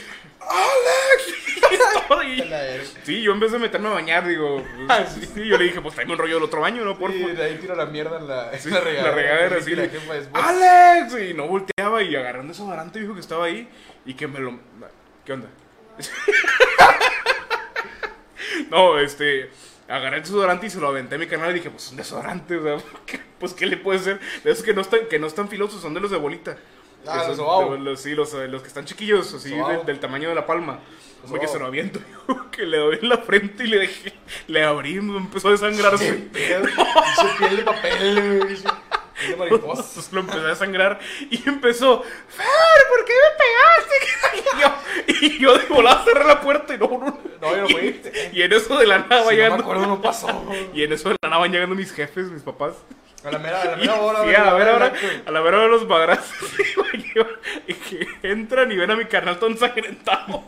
Speaker 1: <laughs> Y
Speaker 2: A la
Speaker 1: estaba
Speaker 2: <laughs>
Speaker 1: ahí.
Speaker 2: verga.
Speaker 1: Sí, yo en vez de meterme a bañar, digo,
Speaker 2: Ah,
Speaker 1: sí, sí, yo le dije, pues tráeme un rollo del otro baño, ¿no? Por
Speaker 2: Y de ahí tiro la mierda
Speaker 1: <laughs>
Speaker 2: en la, en la regadera.
Speaker 1: la regadera, Ah, así.
Speaker 2: Y la
Speaker 1: le-
Speaker 2: jefa después.
Speaker 1: ¡Alex! Y no volteaba y agarrando ese desodorante dijo que estaba ahí y que me lo. ¿Qué onda? <laughs> no, este. agarré el desodorante y se lo aventé a mi canal y dije, pues un desodorante, o sea, ¿qué- pues qué le puede ser. De esos que no están, que no están filosos, son de los de bolita.
Speaker 2: Ah,
Speaker 1: Esos-
Speaker 2: los sobao.
Speaker 1: los- Sí, los, eh, los que están chiquillos, así
Speaker 2: Sobao.
Speaker 1: del- del tamaño de la palma.
Speaker 2: Los
Speaker 1: Fue que
Speaker 2: sobao.
Speaker 1: se lo aviento, <laughs> que le doy en la frente y le dejé, le abrí, me empezó a
Speaker 2: <laughs>
Speaker 1: desangrarse.
Speaker 2: Pinche piel de papel, güey. pinche Piel de mariposa.
Speaker 1: Entonces lo empecé a desangrar y empezó, Fer, ¿por qué me pegaste? <laughs> Y yo, y yo de volada cerré la puerta y no, no, no.
Speaker 2: No, yo no
Speaker 1: <laughs>
Speaker 2: fui.
Speaker 1: Y, en eso de la nada
Speaker 2: Si no me
Speaker 1: llegando.
Speaker 2: acuerdo, no pasó. güey.
Speaker 1: y en eso de la nada van llegando mis jefes, mis papás.
Speaker 2: A la mera, a la
Speaker 1: Y-
Speaker 2: mera hora,
Speaker 1: sí,
Speaker 2: güey,
Speaker 1: a la ver ahora,
Speaker 2: güey.
Speaker 1: a la ver ahora los madrazos <laughs> y que entran y ven a mi carnal todo ensangrentado.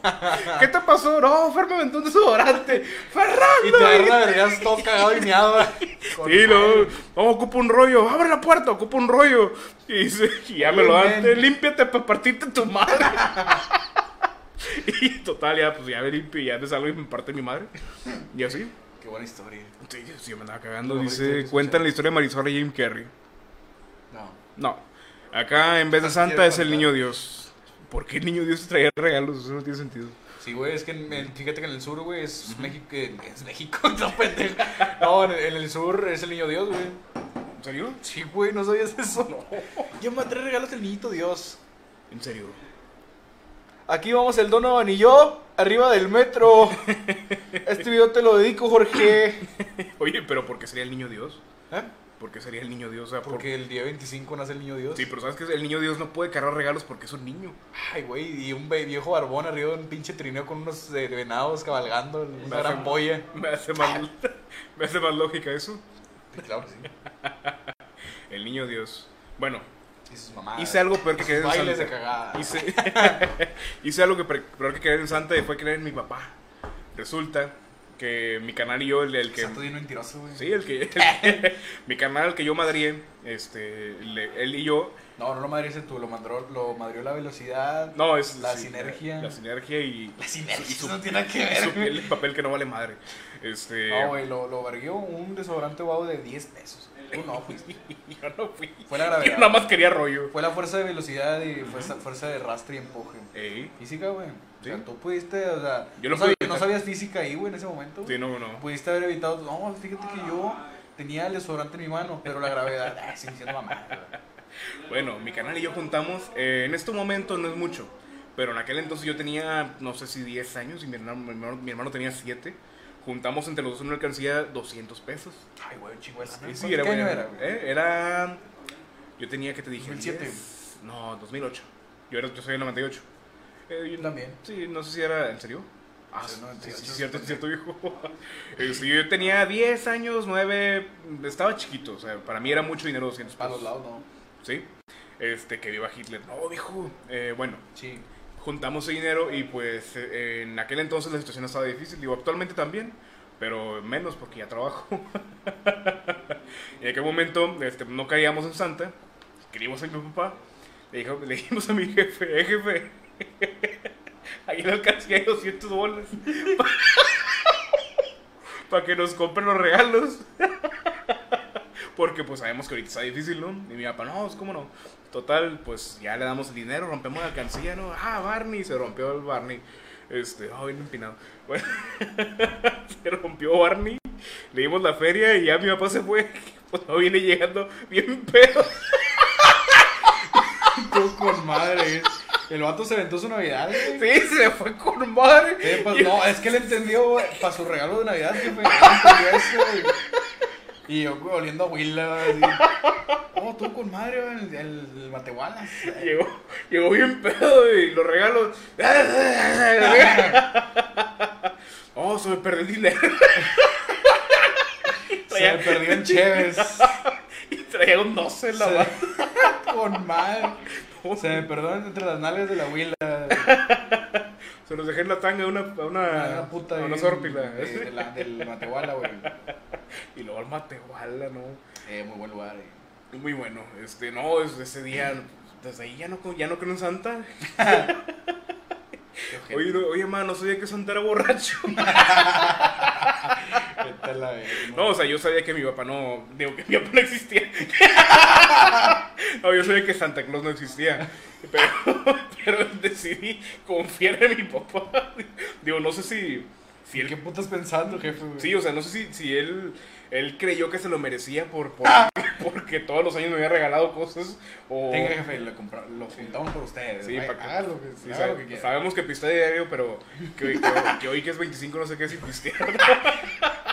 Speaker 1: ¿Qué te pasó? No, Fer me aventó un desodorante.
Speaker 2: Y te
Speaker 1: ¡Fernando!
Speaker 2: agarran la vergas todo cagado
Speaker 1: <laughs>
Speaker 2: y meado. güey. Con
Speaker 1: Sí, no,
Speaker 2: madre.
Speaker 1: no, ocupa un rollo, abre la puerta, ocupa un rollo. Y dice, y ya me lo dan,
Speaker 2: Ven.
Speaker 1: límpiate para partirte tu madre. <laughs> y total, ya, pues ya me limpio y ya me salgo y me parte mi madre. Y así,
Speaker 2: Qué buena historia.
Speaker 1: sí, sí, me andaba cagando.
Speaker 2: No, ahorita
Speaker 1: dice,
Speaker 2: que
Speaker 1: cuentan la historia de Marisol y Jim Carrey.
Speaker 2: No.
Speaker 1: No, acá en vez de
Speaker 2: Así
Speaker 1: Santa
Speaker 2: es,
Speaker 1: es el
Speaker 2: Santa.
Speaker 1: niño Dios. ¿Por qué el niño Dios te traía regalos? Eso no tiene sentido.
Speaker 2: Sí, güey, es que en- en- fíjate que en el sur, güey, es México. eh, Es México, <laughs> no pendejo. No, en, en el sur es el niño Dios, güey.
Speaker 1: ¿En serio?
Speaker 2: Sí, güey, no sabías eso. Yo me trae regalos el niñito Dios.
Speaker 1: En serio.
Speaker 2: Aquí vamos el Donovan y yo, arriba del metro. Este video te lo dedico, Jorge.
Speaker 1: Oye, pero ¿por qué sería el niño Dios?
Speaker 2: ¿Eh?
Speaker 1: ¿Por qué sería el niño Dios? O sea, ¿por-
Speaker 2: Porque el día 25 nace el niño Dios.
Speaker 1: Sí, pero sabes que el niño Dios no puede cargar regalos porque es un niño. <laughs>
Speaker 2: Ay, güey, y un be- viejo barbón arriba de un pinche trineo con unos eh, venados cabalgando, una
Speaker 1: hace-
Speaker 2: gran polla.
Speaker 1: Me hace más, <laughs> me hace más lógica eso.
Speaker 2: Sí, Claro que sí.
Speaker 1: El niño Dios. Bueno,
Speaker 2: Y sus mamás.
Speaker 1: hice algo peor que creer en
Speaker 2: Bailes Ah, pues de
Speaker 1: Santa.
Speaker 2: cagada.
Speaker 1: Hice, hice <laughs> algo que pre- peor que creer en Santa y fue creer en mi papá. Resulta que mi canal y yo, el, el que...
Speaker 2: Santo bien mentiroso, güey.
Speaker 1: Sí, el que... el
Speaker 2: <laughs>
Speaker 1: que- <laughs> mi canal, el que yo madrié, este, le- él y yo...
Speaker 2: No, no lo madrió tú, lo mandó, lo madrió la velocidad.
Speaker 1: No, es...
Speaker 2: La
Speaker 1: sí,
Speaker 2: sinergia.
Speaker 1: La, sinergia
Speaker 2: <laughs>
Speaker 1: y...
Speaker 2: La sinergia, eso no tiene nada que
Speaker 1: su- <laughs>
Speaker 2: ver.
Speaker 1: el papel que no vale madre. Este...
Speaker 2: No, güey, lo, lo verguió un desodorante guau de 10 pesos. Tú no
Speaker 1: <laughs>
Speaker 2: fuiste.
Speaker 1: yo no fui.
Speaker 2: Fue la gravedad.
Speaker 1: Yo <laughs> nada más quería rollo.
Speaker 2: Fue la fuerza de velocidad y fuerza, fuerza de rastre y empuje.
Speaker 1: Ey.
Speaker 2: Física, güey. O
Speaker 1: Sí.
Speaker 2: sea, tú pudiste, o sea,
Speaker 1: Yo lo
Speaker 2: no, sabías,
Speaker 1: pude evitar.
Speaker 2: no sabías física ahí, güey, en ese momento. güey.
Speaker 1: Sí, no, no.
Speaker 2: Pudiste haber evitado. No, fíjate que yo tenía el desodorante en mi mano, pero la gravedad. ah, sigue siendo mamá.
Speaker 1: Bueno, mi canal y yo juntamos, eh, en este momento no es mucho, pero en aquel entonces yo tenía, no sé si 10 años y mi hermano, mi hermano- mi hermano tenía 7. Juntamos entre los dos en una alcancía 200 pesos.
Speaker 2: Ay, güey, chingo esa.
Speaker 1: Sí,
Speaker 2: Ah, ¿Qué
Speaker 1: era,
Speaker 2: año
Speaker 1: buena-
Speaker 2: era, güey?
Speaker 1: eh, era- Yo tenía, que te dije?
Speaker 2: 2007.
Speaker 1: 10, No, 2008. Yo, era, yo soy del 98. Eh, yo-
Speaker 2: Yo también.
Speaker 1: Sí, no sé si era, ¿en serio? Ah,
Speaker 2: Sí,
Speaker 1: sí,
Speaker 2: no,
Speaker 1: sí,
Speaker 2: sí,
Speaker 1: sí,
Speaker 2: sí,
Speaker 1: cierto,
Speaker 2: sí.
Speaker 1: cierto, viejo. <laughs> Este, yo tenía 10 años, 9, estaba chiquito, o sea, para mí era mucho dinero 200
Speaker 2: Para
Speaker 1: pesos.
Speaker 2: los lados, no.
Speaker 1: ¿sí? Este, que viva Hitler. No, viejo. Eh, bueno,
Speaker 2: Sí.
Speaker 1: juntamos ese dinero y pues eh, en aquel entonces la situación estaba difícil. Digo, actualmente también, pero menos porque ya trabajo. <laughs> en aquel momento este, no caíamos en Santa. Escribimos a mi papá. Le, dijo- le dijimos a mi jefe, eh, jefe. <laughs> Ahí en la alcancía hay 200 bolas. <laughs> Para que nos compren los regalos. Porque pues sabemos que ahorita está difícil, ¿no? Y mi papá, no, pues, cómo no. Total, pues ya le damos el dinero, rompemos la alcancía, ¿no? Ah, Barney, se rompió el Barney. Este, ah, bien empinado. <laughs> Bueno, se rompió Barney, le dimos la feria y ya mi papá se fue. <laughs> Pues no viene llegando bien pedo. <laughs>
Speaker 2: Tú con madre. El vato se aventó su Navidad, güey.
Speaker 1: Sí, se fue con madre.
Speaker 2: Eh, pues, no, es que le entendió güey, para su regalo de Navidad, jefe. él entendió eso, güey. Y yo güey, oliendo a Huila. Oh, tú con madre, güey, el, el, el Matehualas.
Speaker 1: Llegó, llegó bien pedo y los regalos. <laughs> Oh, se me perdió el dinero. <laughs>
Speaker 2: Se me perdió en Chévez.
Speaker 1: Y traía un 12 en la mano.
Speaker 2: Se- <laughs> Con madre. Se me perdió entre las nalgas de la Huila.
Speaker 1: Ah, Se los dejé en la tanga a una, a una,
Speaker 2: Una puta
Speaker 1: a una ¿eh?
Speaker 2: bien
Speaker 1: sorpila. <laughs>
Speaker 2: de- de la- del Matehuala, güey.
Speaker 1: Y luego al Matehuala, ¿no?
Speaker 2: Eh, muy buen lugar. eh.
Speaker 1: Muy bueno. Este, no, es- ese día, desde ahí ya no, ya no creo en Santa.
Speaker 2: Qué ojete.
Speaker 1: Oye, no- oye, ma, no sabía que Santa era borracho.
Speaker 2: Vete a la eh, verga.
Speaker 1: <laughs> No, o sea, yo sabía que mi papá no. Digo que mi papá no existía. <laughs> No, yo sabía que Santa Claus no existía. <laughs> Pero, pero decidí confiar en mi papá. Digo, no sé si. Si él
Speaker 2: ¿Qué putas pensando, jefe, güey?
Speaker 1: Sí, o sea, no sé si, si él, él creyó que se lo merecía por, por- <laughs> porque todos los años me había regalado cosas. O,
Speaker 2: Tenga, jefe, lo, compra- lo juntamos por ustedes.
Speaker 1: Sí,
Speaker 2: Ay,
Speaker 1: para que-
Speaker 2: haga lo que,
Speaker 1: sí,
Speaker 2: haga
Speaker 1: sabe-
Speaker 2: lo que quiera.
Speaker 1: sabemos que pista diario, pero que, que- que hoy que es 25 no sé qué si pistear.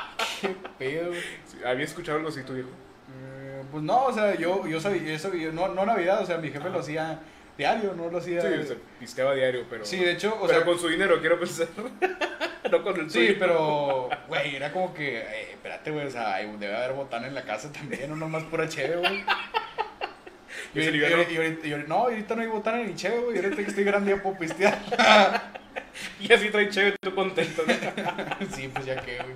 Speaker 1: <laughs>
Speaker 2: Pedo, güey.
Speaker 1: Había escuchado algo así tu viejo.
Speaker 2: Eh, Pues no, o sea, yo, yo sabía, eso, yo- no, no Navidad, o sea, mi jefe lo hacía diario, no lo
Speaker 1: Sí,
Speaker 2: hacía.
Speaker 1: o sea, pisteaba diario, pero.
Speaker 2: Sí, de hecho, o
Speaker 1: pero pues,
Speaker 2: sea,
Speaker 1: con su dinero, quiero pensar. no <laughs> con el suyo.
Speaker 2: sí, pero, güey, era como que, eh, espérate, güey, o sea, ay, debe haber botana en la casa también, no nomás pura
Speaker 1: <laughs>
Speaker 2: cheve, güey. Y,
Speaker 1: Ese
Speaker 2: ahorita- y,
Speaker 1: liviano.
Speaker 2: ahorita- y ahorita- y ahorita- no, ahorita no hay botana ni cheve, güey, ahorita que estoy grande ya puedo pistear. <laughs>
Speaker 1: Y así trae chévere, tú contento. ¿no?
Speaker 2: sí, pues ya que, güey.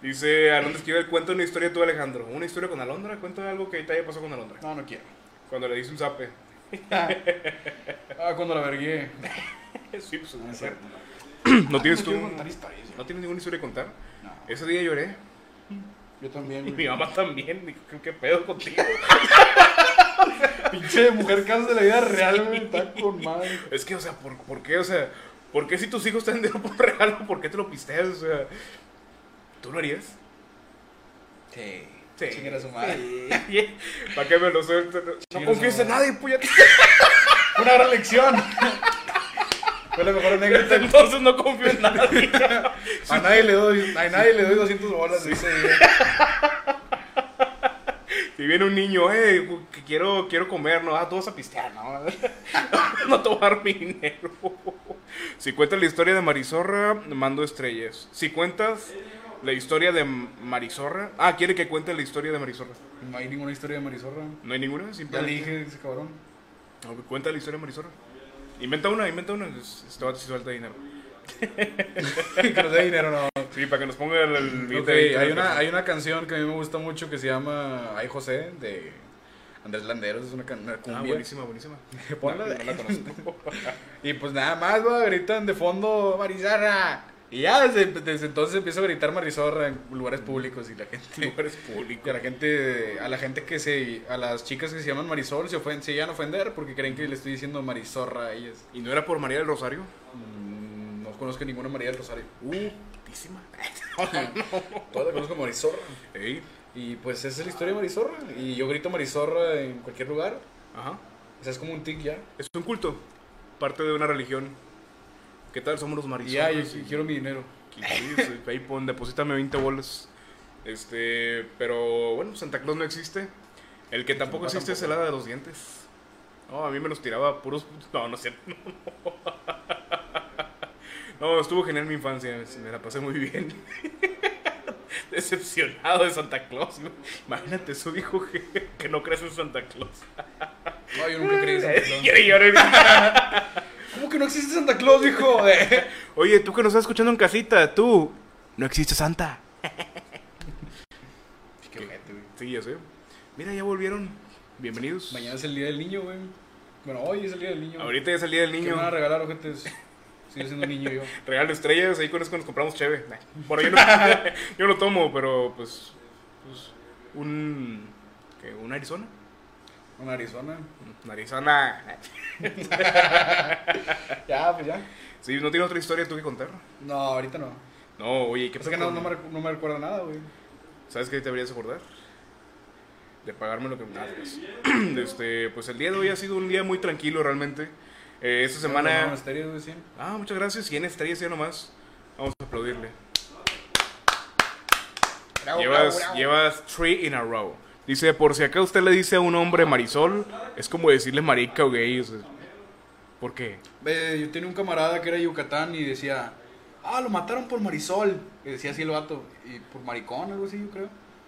Speaker 1: Dice Alondra Esquivel, cuenta una historia tú, Alejandro. ¿Una historia con Alondra? Cuenta algo que te haya pasado con Alondra.
Speaker 2: No, no quiero.
Speaker 1: Cuando le dice un zape. <laughs>
Speaker 2: Ah, cuando la vergué.
Speaker 1: Sí, pues,
Speaker 2: No,
Speaker 1: no,
Speaker 2: es cierto.
Speaker 1: tienes
Speaker 2: No
Speaker 1: tú.
Speaker 2: quiero contar historias, Ah, yo.
Speaker 1: No tienes ninguna historia que contar.
Speaker 2: No,
Speaker 1: Ese día lloré.
Speaker 2: yo también,
Speaker 1: Y
Speaker 2: güey.
Speaker 1: mi mamá también. Dijo, ¿qué, qué pedo contigo?
Speaker 2: Pinche mujer casos de la vida real, güey. Está con madre.
Speaker 1: <laughs> es que, o sea, ¿por, por qué? O sea, ¿por qué si tus hijos te han dado por regalo? ¿Por qué te lo pisteas? O sea, ¿tú lo harías?
Speaker 2: Sí.
Speaker 1: Sí. <laughs>
Speaker 2: Chingar a su madre. <laughs>
Speaker 1: ¿Para qué me lo sueltas? No,
Speaker 2: Sí,
Speaker 1: no confíes en
Speaker 2: no.
Speaker 1: nadie, pues ya te
Speaker 2: Una gran lección. Fue la mejor
Speaker 1: Desde
Speaker 2: anécdota.
Speaker 1: <laughs> entonces no confío en nadie.
Speaker 2: A nadie le doy, a nadie le doy 200 bolas ese día.
Speaker 1: Si viene un niño, eh, que quiero, quiero comer, no, ah, tú vas a pistear, no, <laughs> no tomar mi dinero. Si cuentas la historia de Marizorra, mando estrellas. Si cuentas la historia de Marizorra, ah, quiere que cuente la historia de Marizorra.
Speaker 2: No hay ninguna historia de Marizorra.
Speaker 1: No hay ninguna,
Speaker 2: Ya le
Speaker 1: simplemente.
Speaker 2: dije ese
Speaker 4: <laughs>
Speaker 2: cabrón.
Speaker 1: No, cuenta la historia de Marizorra. Inventa una, inventa una, es- este vato sí suelta dinero.
Speaker 2: que no te dé dinero, no.
Speaker 1: Sí, para que nos ponga el, el
Speaker 4: Ok,
Speaker 1: billete ahí,
Speaker 4: hay una, hay una canción que a mí me gusta mucho que se llama Ay José de Andrés Landeros, es una, can- una
Speaker 1: Ah,
Speaker 4: cumbia.
Speaker 1: buenísima,
Speaker 4: <laughs>
Speaker 1: buenísima.
Speaker 4: Ponla.
Speaker 1: No, no la conozco.
Speaker 4: y pues nada más, va, gritan de fondo Marizarra. Y ya desde, desde entonces empiezo a gritar Marizorra en lugares públicos y la gente
Speaker 1: Lugares
Speaker 4: y a
Speaker 1: públicos.
Speaker 4: la gente a la gente que se a las chicas que se llaman Marisol se ofenden, se llegan a ofender porque creen que le estoy diciendo Marizorra a ellas.
Speaker 1: ¿Y no era por María del Rosario?
Speaker 4: Mm, No conozco ninguna María del Rosario.
Speaker 1: Uh,
Speaker 4: <laughs>
Speaker 1: putísima.
Speaker 4: Todas la conozco como Marizorra.
Speaker 1: Ey,
Speaker 4: Y pues esa es la historia de Marizorra. Y yo grito Marizorra en cualquier lugar.
Speaker 1: ajá.
Speaker 4: O sea, es como un tic ya.
Speaker 1: Es un culto, parte de una religión. ¿Qué tal? Somos los
Speaker 4: Y
Speaker 1: marisones.
Speaker 4: ya, yo quiero mi dinero.
Speaker 1: Ahí pon, deposítame 20 bolas. Este, pero bueno, Santa Claus no existe. El que tampoco
Speaker 4: papá
Speaker 1: existe es el
Speaker 4: tampoco.
Speaker 1: hada de los dientes. No, a mí me los tiraba puros. No, no es cierto. <laughs> No, estuvo genial mi infancia. Me la pasé muy bien. <laughs> Decepcionado de Santa Claus. güey. Imagínate su hijo <laughs> que, que no crece en Santa Claus.
Speaker 4: No, yo
Speaker 1: <laughs>
Speaker 4: nunca creí en Santa <laughs> Claus.
Speaker 1: Quiere llorar.
Speaker 4: ¿Cómo que no existe Santa Claus,
Speaker 2: <laughs>
Speaker 4: hijo? <laughs> De...
Speaker 1: Oye, tú que nos estás escuchando en casita, tú, no existe Santa.
Speaker 2: Qué ojete, güey.
Speaker 1: Sí, ya sé. Mira, ya volvieron. Bienvenidos.
Speaker 4: Mañana es el día del niño, güey. Bueno, hoy es el día del niño.
Speaker 1: Ahorita ya salía el
Speaker 4: ¿Qué
Speaker 1: niño.
Speaker 4: me van a regalar, ojetes? Sigo siendo niño yo.
Speaker 1: Regalo estrellas, ahí con eso nos compramos
Speaker 4: <laughs>
Speaker 1: cheve. Nah, Bueno, yo no, <laughs> yo no tomo, pero pues. pues, un. ¿Qué? ¿Un Arizona?
Speaker 4: Una Arizona.
Speaker 1: Un Arizona.
Speaker 4: Ya, pues ya.
Speaker 1: Sí, ¿no tiene otra historia tú que contar?
Speaker 4: No, ahorita no.
Speaker 1: No, oye, ¿qué
Speaker 4: O sea Pues que
Speaker 1: pasó con-
Speaker 4: no, no me, recu- no me recuerda nada, güey.
Speaker 1: ¿Sabes qué te deberías acordar? De pagarme
Speaker 4: <clears throat>
Speaker 1: lo que me haces. <clears throat> este, pues el día de hoy ha sido un día muy tranquilo realmente. Eh, esta semana.
Speaker 4: No, misterios, güey, sí.
Speaker 1: Ah, muchas gracias. 100 estrellas ya nomás. Vamos a aplaudirle.
Speaker 4: Bravo,
Speaker 1: llevas,
Speaker 4: bravo, bravo.
Speaker 1: llevas three in a row. Dice, por si acá usted le dice a un hombre marisol, es como decirle marica o gay. o sea, ¿Por qué?
Speaker 4: Eh, yo tenía un camarada que era de Yucatán y decía, ah, lo mataron por Marisol. Y decía así el vato, y por maricón, algo así, yo creo.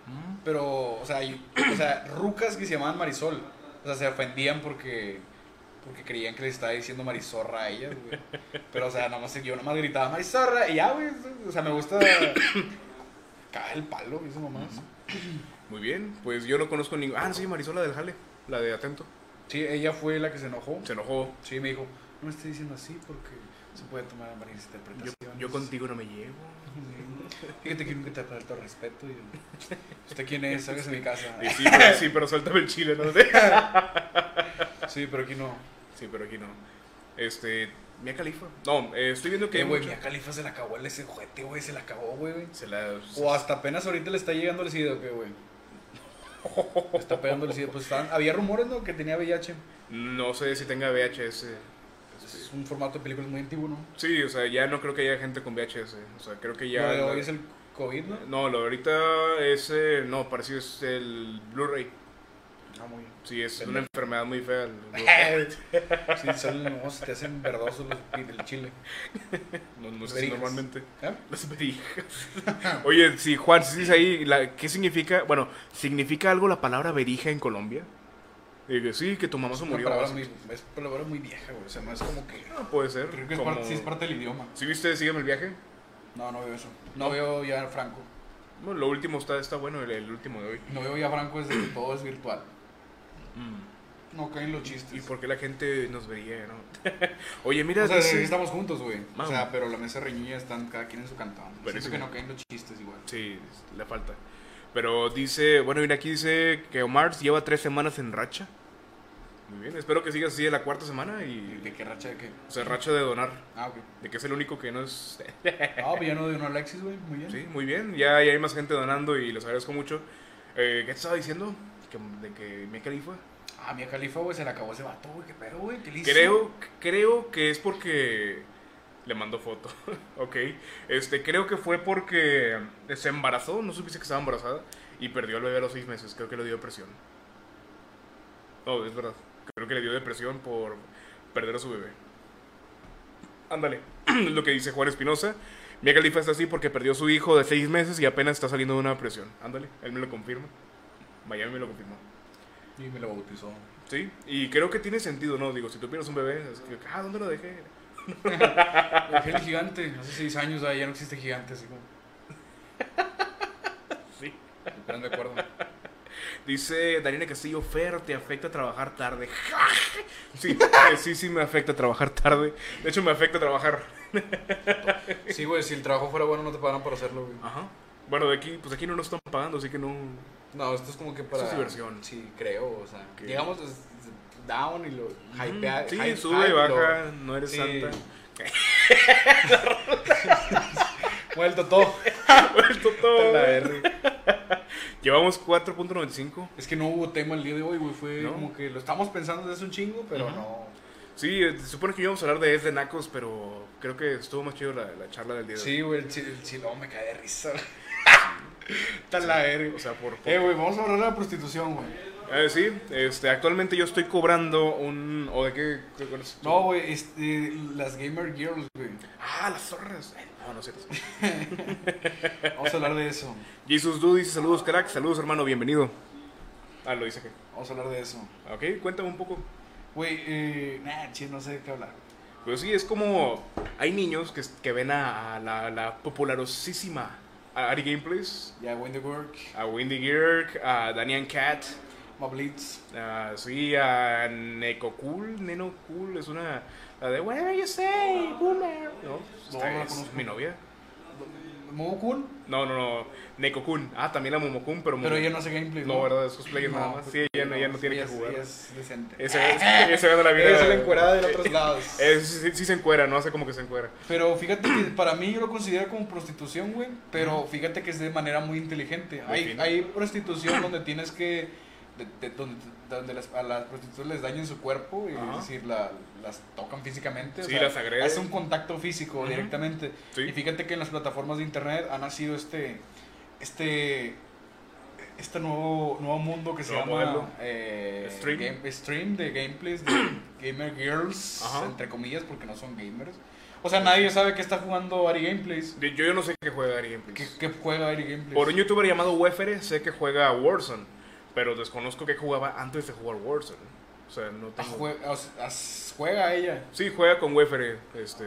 Speaker 1: Mm.
Speaker 4: Pero, o sea, y- o sea, rucas que se llamaban Marisol. O sea, se ofendían porque, porque creían que les estaba diciendo Marizorra a ellas, güey. Pero, o sea, nada más, yo nomás gritaba Marizorra y ya, güey. O sea, me gusta. Caga el palo, eso nomás.
Speaker 1: Muy bien, pues yo no conozco ningún... Ah, sí, marisol la del jale, la de atento.
Speaker 4: Sí, ella fue la que se enojó.
Speaker 1: Se enojó.
Speaker 4: Sí, me dijo, no me esté diciendo así porque se puede tomar varias
Speaker 1: Yo,
Speaker 4: interpretaciones.
Speaker 1: yo contigo no me llevo.
Speaker 4: Fíjate que nunca te faltó respeto. Y yo, ¿Usted quién es? Sálgase de mi casa.
Speaker 1: Y sí, pero, sí, pero suéltame el <laughs> chile, ¿no?
Speaker 4: Sí, pero aquí no.
Speaker 1: Sí, pero aquí no. Este, Mia Califa. No, eh, estoy viendo que
Speaker 4: Eh,
Speaker 1: hay
Speaker 4: güey,
Speaker 1: mucha-
Speaker 4: Mia Califa se la acabó el ese juguete, güey. Se la acabó, güey.
Speaker 1: Se la.
Speaker 4: O hasta apenas ahorita le está llegando el SIDA, ¿qué, güey? Le Está pegando el SIDA. Pues estaban- había rumores, ¿no? Que tenía VIH.
Speaker 1: No sé si tenga VHS.
Speaker 4: Es un formato de películas muy antiguo, ¿no?
Speaker 1: Sí, o sea, ya no creo que haya gente con VHS. O sea, creo que ya.
Speaker 4: Lo de hoy
Speaker 1: la-
Speaker 4: es el COVID, ¿no?
Speaker 1: No, lo de ahorita es. eh, no, parecido es el Blu-ray.
Speaker 4: Ah, muy bien.
Speaker 1: Sí, es una enfermedad muy fea.
Speaker 2: <laughs>
Speaker 1: el Blu-ray.
Speaker 4: Sí, salen, no, se te hacen verdosos los pi- del chile.
Speaker 1: No, no
Speaker 4: Las
Speaker 1: sé si
Speaker 4: verijas.
Speaker 1: normalmente.
Speaker 2: ¿Ah?
Speaker 4: ¿Eh?
Speaker 1: Las
Speaker 2: <laughs>
Speaker 1: verijas. Oye, si Juan, si dices ahí, la- ¿qué significa? Bueno, ¿significa algo la palabra verija en Colombia? Y que sí, que tu mamá se
Speaker 4: Una
Speaker 1: murió.
Speaker 4: palabra
Speaker 1: así.
Speaker 4: muy, es palabra muy vieja, güey. O sea, no es como que.
Speaker 1: No, puede ser.
Speaker 2: Creo que es
Speaker 1: como-
Speaker 2: parte, sí es parte del idioma.
Speaker 1: ¿Sí viste? Sígueme el viaje.
Speaker 4: No, no veo eso. No veo ya a Franco.
Speaker 1: No, lo último está, está bueno, el, el último de hoy.
Speaker 4: No veo ya a Franco desde que todo es virtual. No caen los
Speaker 1: ¿Y
Speaker 4: chistes.
Speaker 1: por qué la gente nos veía, no? <laughs> Oye, mira,
Speaker 4: O sea,
Speaker 1: dice-
Speaker 4: estamos juntos, güey. O
Speaker 1: Vamos.
Speaker 4: sea, pero la mesa reñida están cada quien en su cantón. Siento
Speaker 1: Buenísimo.
Speaker 4: que no caen los chistes igual.
Speaker 1: Sí, le falta. Pero dice, bueno, mira, aquí dice que Omar lleva tres semanas en racha. Muy bien, espero que sigas así de la cuarta semana
Speaker 4: ¿Y
Speaker 1: y
Speaker 4: ¿De qué racha de qué?
Speaker 1: o sea, racha de donar.
Speaker 4: Ah, ok.
Speaker 1: De que es el único que no es...
Speaker 4: Ah, pues ya no de un Alexis, güey. Muy bien.
Speaker 1: Sí, muy bien, ya, ya hay más gente donando y les agradezco mucho. Eh, ¿Qué te estaba diciendo? Que- de que me califa.
Speaker 4: Ah, Mia Califa, güey, se le acabó ese vato, güey. ¿Qué pedo, güey? ¿Qué le hizo?
Speaker 1: Creo, creo que es porque le mandó foto, <laughs> ok. Este, creo que fue porque se embarazó, no supiste que estaba embarazada y perdió al bebé a los seis meses. Creo que le dio depresión. No, es verdad. Creo que le dio depresión por perder a su bebé. Ándale, <clears throat> lo que dice Juan Espinosa. Mia Califa está así porque perdió a su hijo de seis meses y apenas está saliendo de una depresión. Ándale, él me lo confirma. Miami me lo confirmó.
Speaker 4: Y me lo bautizó.
Speaker 1: Sí, y creo que tiene sentido, ¿no? Digo, si tú pierdes un bebé, es que, ah, ¿dónde lo dejé?
Speaker 4: Dejé el gigante. Hace seis años ah, ya no existe gigante, así como.
Speaker 1: Sí.
Speaker 4: Están de acuerdo.
Speaker 1: Dice Darina Castillo, Fer, ¿te afecta trabajar tarde? <laughs> sí, eh, sí, sí me afecta trabajar tarde. De hecho, me afecta trabajar.
Speaker 4: Sí, güey, si el trabajo fuera bueno no te pagan para hacerlo, güey.
Speaker 1: Ajá. Bueno, de aquí, pues aquí no nos están pagando, así que no...
Speaker 4: No, esto es como que para.
Speaker 1: es diversión.
Speaker 4: Sí, creo, o sea.
Speaker 1: Ok.
Speaker 4: Digamos, es- es down y lo hypea.
Speaker 1: sí,
Speaker 4: hype-
Speaker 1: sube y
Speaker 4: hype,
Speaker 1: baja, no eres
Speaker 4: sí.
Speaker 1: santa. <laughs>
Speaker 4: lo- Vuelto todo.
Speaker 1: Vuelto todo.
Speaker 4: La verga.
Speaker 1: Llevamos 4.95.
Speaker 4: Es que no hubo tema el día de hoy, güey. Fue
Speaker 1: No.
Speaker 4: como que lo estamos pensando desde hace un chingo, pero no.
Speaker 1: Sí, eh, se supone que íbamos a hablar de Es de Nacos, pero creo que estuvo más chido la, la charla del día de hoy.
Speaker 4: Sí, güey, el chile, el chile- oh, me cae de
Speaker 1: <laughs>
Speaker 4: risa. güey. Está la verga.
Speaker 1: O sea, por... por-
Speaker 4: Eh, güey, vamos a hablar de la prostitución, güey.
Speaker 1: Eh, sí, este, actualmente yo estoy cobrando un... ¿O de qué? qué- cuál es tu-
Speaker 4: No, güey, este, las Gamer Girls, güey.
Speaker 1: Ah, las zorras. Eh, No, no es cierto.
Speaker 4: Vamos a hablar de eso.
Speaker 1: Jesus Du dice saludos crack, saludos hermano, bienvenido. Ah, lo dice aquí.
Speaker 4: Vamos a hablar de eso.
Speaker 1: Ok, cuéntame un poco.
Speaker 4: Güey, eh, nah, chile, no sé de qué hablar.
Speaker 1: Pues sí, es como hay niños que, que ven a, a la, la popularosísima a Ari Gameplays,
Speaker 4: Ya, When the Work,
Speaker 1: a Windy Gear, a Daniel Cat,
Speaker 4: My Blitz.
Speaker 1: a, sí, a Neko Cool, Neno Cool, es una la de whatever you say, boomer. No, esta
Speaker 4: no la
Speaker 1: es
Speaker 4: conozco.
Speaker 1: mi novia.
Speaker 4: Muy cool,
Speaker 1: No, no, no, Neko Kun. Ah, también la Momo Kun, pero,
Speaker 4: pero
Speaker 1: Momo-
Speaker 4: ella no hace gameplay.
Speaker 1: No, verdad, es cosplayer nada más.
Speaker 4: pues,
Speaker 1: Sí, ella, no- ella no tiene
Speaker 4: ella
Speaker 1: que
Speaker 4: es-
Speaker 1: jugar.
Speaker 4: ella es decente.
Speaker 1: Ese,
Speaker 4: <laughs>
Speaker 1: ese, ese gana la vida.
Speaker 4: Ella se la encuerada de otros lados.
Speaker 1: Eh, sí, sí- sí se encuera, no hace como que se encuera.
Speaker 4: Pero fíjate que para mí yo lo considero como prostitución, güey. Pero fíjate que es de manera muy inteligente. Hay,
Speaker 1: Define.
Speaker 4: hay prostitución donde tienes que. de- de- donde donde las, a las prostitutas les dañen su cuerpo, y,
Speaker 1: Ajá.
Speaker 4: es decir, la- las tocan físicamente.
Speaker 1: Sí, las agreden.
Speaker 4: Es un contacto físico
Speaker 1: Ujú.
Speaker 4: directamente.
Speaker 1: Sí.
Speaker 4: Y fíjate que en las plataformas de internet ha nacido este. Este. Este nuevo, nuevo mundo que se
Speaker 1: Nuevo modelo.
Speaker 4: llama eh,
Speaker 1: Stream.
Speaker 4: game- stream de
Speaker 1: <clears throat>
Speaker 4: gameplays de Gamer Girls,
Speaker 1: Ajá.
Speaker 4: entre comillas, porque no son gamers. O sea, nadie sabe que está jugando Ari Gameplays.
Speaker 1: Yo, yo no sé qué juega Ari
Speaker 4: Pues, ¿Qué,
Speaker 1: Gameplays.
Speaker 4: qué juega Ari Gameplays?
Speaker 1: Pues, Por un youtuber llamado Wefere sé que juega Warzone, pero desconozco qué jugaba antes de jugar Warzone. O sea, no
Speaker 4: Ah,
Speaker 1: tengo...
Speaker 4: jue- o sea, as- juega ella.
Speaker 1: sí, juega con Wefere. Este,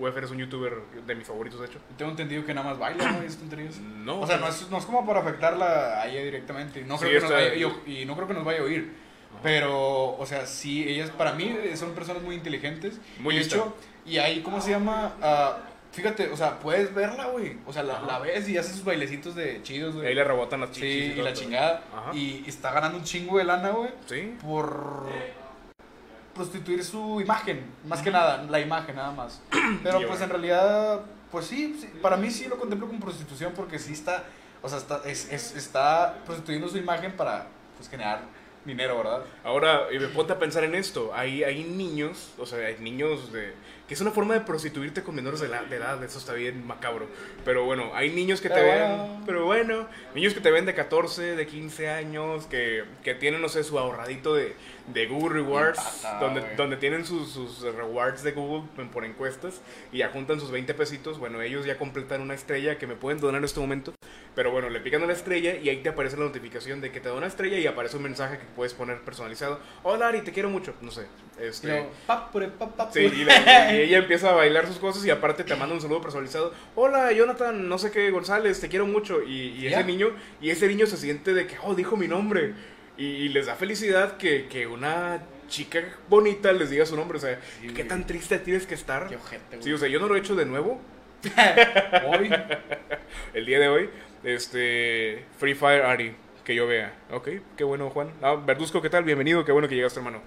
Speaker 1: Wefere es un youtuber de mis favoritos, de hecho.
Speaker 4: Y Tengo entendido que nada más baila, ¿no? Y esas tonterías.
Speaker 1: No,
Speaker 4: O sea, no es, no es como para afectarla a ella directamente. No
Speaker 1: Sí,
Speaker 4: creo que nos
Speaker 1: está-
Speaker 4: vaya, yo- y no creo que nos vaya a oír. Pero, o sea, sí, ellas para mí eh, son personas muy inteligentes.
Speaker 1: Muy
Speaker 4: de
Speaker 1: lista.
Speaker 4: hecho, y ahí, ¿cómo se llama? Ah, fíjate, o sea, puedes verla, güey. O sea, la, la ves y hace sus bailecitos de chidos, güey.
Speaker 1: Ahí le rebotan las chichis.
Speaker 4: Sí, y
Speaker 1: todo,
Speaker 4: la
Speaker 1: todo.
Speaker 4: chingada.
Speaker 1: Ajá.
Speaker 4: Y está ganando un chingo de lana, güey.
Speaker 1: Sí.
Speaker 4: Por. prostituir su imagen, más que nada, la imagen nada
Speaker 1: <clears throat>
Speaker 4: más. Pero
Speaker 1: Sí,
Speaker 4: pues
Speaker 1: bueno.
Speaker 4: en realidad, pues sí, sí, para mí sí lo contemplo como prostitución porque sí está, o sea, está, es, es- está prostituyendo su imagen para pues, generar dinero, ¿verdad?
Speaker 1: Ahora, y me ponte a pensar en esto. Hay, hay niños, o sea, hay niños de... Que es una forma de prostituirte con menores de, la, de edad, eso está bien macabro. Pero bueno, hay niños que te
Speaker 4: Pero
Speaker 1: ven...
Speaker 4: bueno.
Speaker 1: Pero bueno, niños que te ven de 14, de 15 años, que, que tienen, no sé, su ahorradito de, de Google Rewards,
Speaker 4: Empata,
Speaker 1: donde,
Speaker 4: Ah, güey.
Speaker 1: donde tienen sus, sus rewards de Google en- por encuestas y ya juntan sus 20 pesitos. Bueno, ellos ya completan una estrella que me pueden donar en este momento. Pero bueno, le pican a la estrella y ahí te aparece la notificación de que te da una estrella y aparece un mensaje que puedes poner personalizado. Hola Ari, te quiero mucho. No sé.
Speaker 4: Y
Speaker 1: Este,
Speaker 4: luego, papure, papapure.
Speaker 1: Sí, y, la- y ella empieza a bailar sus cosas y aparte te manda un saludo personalizado. Hola, Jonathan, no sé qué, González, te quiero mucho. Y, y ese
Speaker 4: Ya.
Speaker 1: niño, y ese niño se siente de que, oh, dijo mi nombre. Y, y les da felicidad que, que una chica bonita les diga su nombre. O sea,
Speaker 4: Sí,
Speaker 1: qué
Speaker 4: güey.
Speaker 1: tan triste tienes que estar.
Speaker 4: Qué ojete,
Speaker 1: Sí,
Speaker 4: güey.
Speaker 1: o sea, yo no lo he hecho de nuevo
Speaker 4: <laughs> Hoy,
Speaker 1: <laughs> el día de hoy. Este, Free Fire Ari, que yo vea. Ok, qué bueno, Juan. Ah, Verduzco, ¿qué tal? Bienvenido, qué bueno que llegaste, hermano.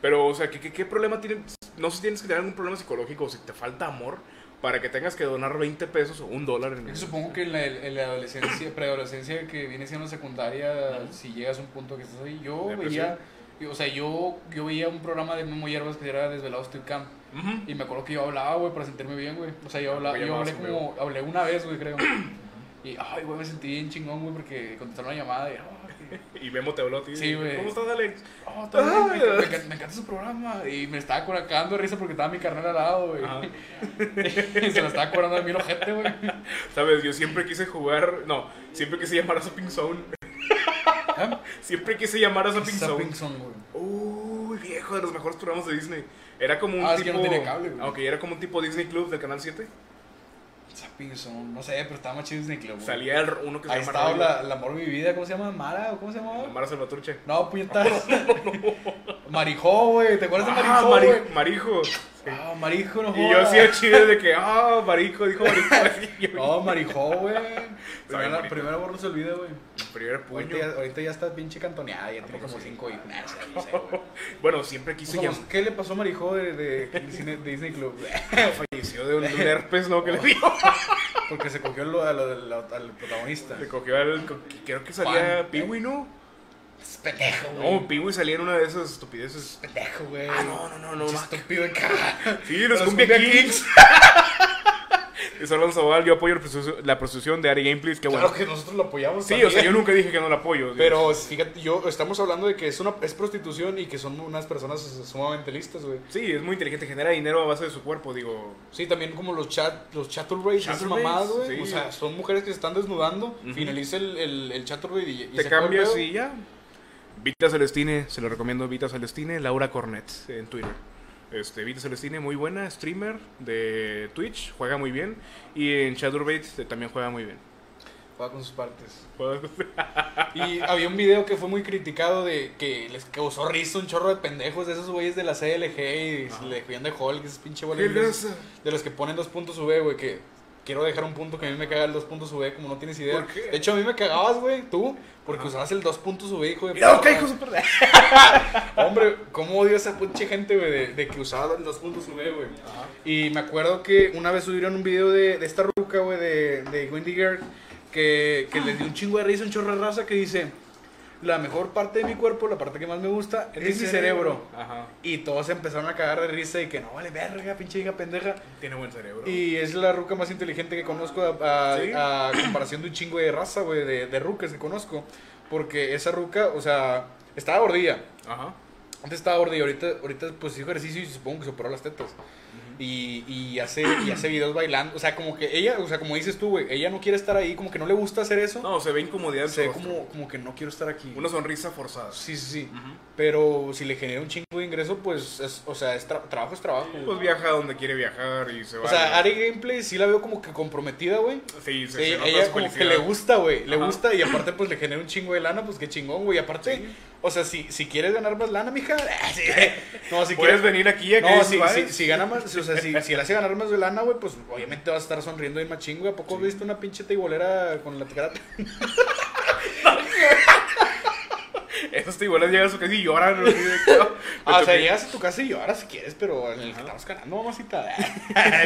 Speaker 1: Pero, o sea, ¿qué, qué, qué problema tienes? No sé si tienes que tener algún problema psicológico o si te falta amor para que tengas que donar 20 pesos o un dólar. En
Speaker 4: es que supongo que en la, en la adolescencia, preadolescencia que viene siendo secundaria, si llegas a un punto que estás ahí, yo
Speaker 1: Depresión.
Speaker 4: veía, yo- o sea, yo, yo veía un programa de Memo Hierbas que era Desvelados Street Camp.
Speaker 1: Ujú.
Speaker 4: Y me acuerdo que yo hablaba, güey, para sentirme bien, güey. O sea, yo, hablaba,
Speaker 1: Ah, Güey,
Speaker 4: yo hablé
Speaker 1: llamabas,
Speaker 4: como, hablé una vez, güey,
Speaker 1: <clears throat>
Speaker 4: creo. Y, ay, güey, me sentí bien chingón, güey, porque contestaron la llamada y, ay, que-
Speaker 1: Y Memo te habló a ti.
Speaker 4: Sí, güey.
Speaker 1: ¿Cómo estás, Alex?
Speaker 4: oh, todo bien, me,
Speaker 1: Ay,
Speaker 4: enca- me enca- me encanta su programa. Y me estaba cura- cagando de risa porque estaba mi carnal al lado, güey.
Speaker 1: Ajá.
Speaker 4: Y se la estaba curando de mi ojete, güey.
Speaker 1: <laughs> Sabes, yo siempre quise jugar. No, siempre quise llamar a Zapping Zone.
Speaker 4: ¿Ah?
Speaker 1: <laughs> Siempre quise llamar a Zapping Zone.
Speaker 4: Zappingson, güey.
Speaker 1: Uy, viejo, de los mejores programas de Disney. Era como un
Speaker 4: Ah, es
Speaker 1: tipo.
Speaker 4: que no tenía cable, güey.
Speaker 1: Ah, ok, era como un tipo Disney Club del canal 7.
Speaker 4: Zappingson, no sé, pero estaba más chido Disney Club, güey.
Speaker 1: Salía el- uno que se
Speaker 4: Ahí
Speaker 1: llama
Speaker 4: estaba
Speaker 1: Rayo.
Speaker 4: la, el amor de mi vida, ¿cómo se llama? ¿Mara o cómo se llamaba?
Speaker 1: Mara Salvatrucha.
Speaker 4: No,
Speaker 1: <laughs>
Speaker 4: puñetas. Marijó, güey. ¿Te acuerdas de Marijó,
Speaker 1: Ah, Mari-
Speaker 4: güey?
Speaker 1: Marijo.
Speaker 4: Ah, Marijo, no
Speaker 1: Y yo
Speaker 4: jodas.
Speaker 1: hacía chido de que, ah, Marijo, dijo Marijo. así, yo-
Speaker 4: <laughs> No, Marijó,
Speaker 1: <laughs>
Speaker 4: güey.
Speaker 1: Sabe,
Speaker 4: Primera,
Speaker 1: Marijo.
Speaker 4: primera borra se olvida, güey.
Speaker 1: Primer puño.
Speaker 4: Ahorita ya, ahorita ya está pinche cantoneada, ya tiene
Speaker 1: poco
Speaker 4: como
Speaker 1: sí? Ah,
Speaker 4: cinco hijos. Nah, sí, no sé, güey.
Speaker 1: Bueno, siempre quise
Speaker 4: Vamos,
Speaker 1: llamar.
Speaker 4: ¿Qué le pasó a Marijó de, de, cine- de
Speaker 1: <laughs>
Speaker 4: Disney Club?
Speaker 1: Falleció de un,
Speaker 4: <laughs>
Speaker 1: de un herpes, ¿no? Que le dio.
Speaker 4: Porque se cogió lo- a lo del- la- al protagonista.
Speaker 1: Se cogió al. co- Creo que salía
Speaker 4: Juan. ¿eh?
Speaker 1: Piwi, ¿no?
Speaker 4: Es pendejo, güey.
Speaker 1: No, Piwi salía en una de esas estupideces.
Speaker 4: pendejo, güey.
Speaker 1: Ah, no, no, no, no.
Speaker 4: Pinche
Speaker 1: ma-
Speaker 4: estúpido en cara.
Speaker 1: Sí, los
Speaker 4: Los
Speaker 1: Cumbia <laughs>
Speaker 4: Cumbia
Speaker 1: Kings. Y Salvador Zaval, yo apoyo el proceso- la prostitución de Ari Gameplays, qué bueno.
Speaker 4: Claro que nosotros lo apoyamos.
Speaker 1: Sí, o sea,
Speaker 4: también.
Speaker 1: yo nunca dije que no la apoyo. digo.
Speaker 4: Pero fíjate, yo estamos hablando de que es una es prostitución y que son unas personas sumamente listas, güey.
Speaker 1: Sí, es muy inteligente, genera dinero a base de su cuerpo, digo.
Speaker 4: Sí, también como los chat, los chaturbates, esas
Speaker 1: Chaturbates,
Speaker 4: mamadas, güey.
Speaker 1: sí.
Speaker 4: O sea, son mujeres que se están desnudando,
Speaker 1: Ujú.
Speaker 4: finaliza el, el, el chaturbate y, y se
Speaker 1: Te
Speaker 4: acabó el
Speaker 1: cambias
Speaker 4: pedo.
Speaker 1: y ya. Vita Celestine, se lo recomiendo Vita Celestine, Laura Cornet en Twitter. Este, Vita Celestine, muy buena, streamer de Twitch, juega muy bien. Y en Shadowbait eh, también juega muy bien.
Speaker 4: Juega con sus partes.
Speaker 1: <laughs> Juega-
Speaker 4: Ah, Y había un video que fue muy criticado de que les causó risa un chorro de pendejos de esos güeyes de la CLG y se le cuidan de Hulk, ese pinche bola de ingleses, De los que ponen dos puntos V, güey, que quiero dejar un punto que a mí me caga el dos puntos V, como no tienes idea.
Speaker 1: ¿Por qué?
Speaker 4: De hecho, a mí me cagabas, güey, tú, porque usabas el dos puntos V, hijo de
Speaker 1: Mira, ok,
Speaker 4: perra.
Speaker 1: hijo de su perra.
Speaker 4: <laughs> Hombre, cómo odio a esa pinche gente, güey, de, de que usaba los puntos V, güey. Y me acuerdo que una vez subieron un video de, de esta ruca, güey, de, de Wendy Girl, que, que les dio un chingo de risa, un chorro de raza, que dice, la mejor parte de mi cuerpo, la parte que más me gusta, es, mi cerebro.
Speaker 1: Ajá.
Speaker 4: Y todos se empezaron a cagar de risa y que no vale verga, pinche hija pendeja.
Speaker 1: Tiene buen cerebro.
Speaker 4: Y es la ruca más inteligente que conozco a, a-
Speaker 1: Sí.
Speaker 4: a comparación de un chingo de raza, güey, de, de rucas que conozco. Porque esa ruca, o sea, estaba gordilla.
Speaker 1: Ajá.
Speaker 4: Antes estaba gorda y ahorita, ahorita pues hizo ejercicio y supongo que se operó las tetas. Y, y, hace, y hace videos bailando. O sea, como que ella, o sea, como dices tú, güey, ella no quiere estar ahí, como que no le gusta hacer eso.
Speaker 1: No, se ve incomodidad. en su
Speaker 4: se ve
Speaker 1: rostro.
Speaker 4: como, como que no quiero estar aquí.
Speaker 1: Una sonrisa forzada.
Speaker 4: Sí, sí, sí.
Speaker 1: Ujú.
Speaker 4: Pero si le genera un chingo de ingreso, pues, es- o sea, es tra- trabajo es trabajo. güey.
Speaker 1: Pues viaja donde quiere viajar y se va.
Speaker 4: O sea, Ari Gameplay sí la veo como que comprometida, güey.
Speaker 1: Sí, se,
Speaker 4: Sí,
Speaker 1: se nota
Speaker 4: ella
Speaker 1: su
Speaker 4: como que
Speaker 1: felicidad.
Speaker 4: le gusta, güey. Le
Speaker 1: Ajá.
Speaker 4: gusta y aparte pues le genera un chingo de lana, pues qué chingón, güey. Aparte, o sea, si, si quieres ganar más lana, mija. <laughs> eh, sí. No, si
Speaker 1: Puedes
Speaker 4: quieres...
Speaker 1: venir aquí a que
Speaker 4: No,
Speaker 1: es
Speaker 4: si,
Speaker 1: Dubai?
Speaker 4: si, si gana más, o sea, si, si le hace ganar más de lana, güey, pues obviamente vas a estar sonriendo y más chingo. ¿A poco viste
Speaker 1: <laughs>
Speaker 4: una pinche teibolera con la cara?
Speaker 1: Es este, igual llegas a su casa y lloran. güey, de
Speaker 4: <laughs>
Speaker 1: que, "Oh, me
Speaker 4: Ah, o sea,
Speaker 1: toqué".
Speaker 4: llegas a tu casa y lloras si quieres, pero en el que estamos
Speaker 1: <laughs>
Speaker 4: ganando, mamacita.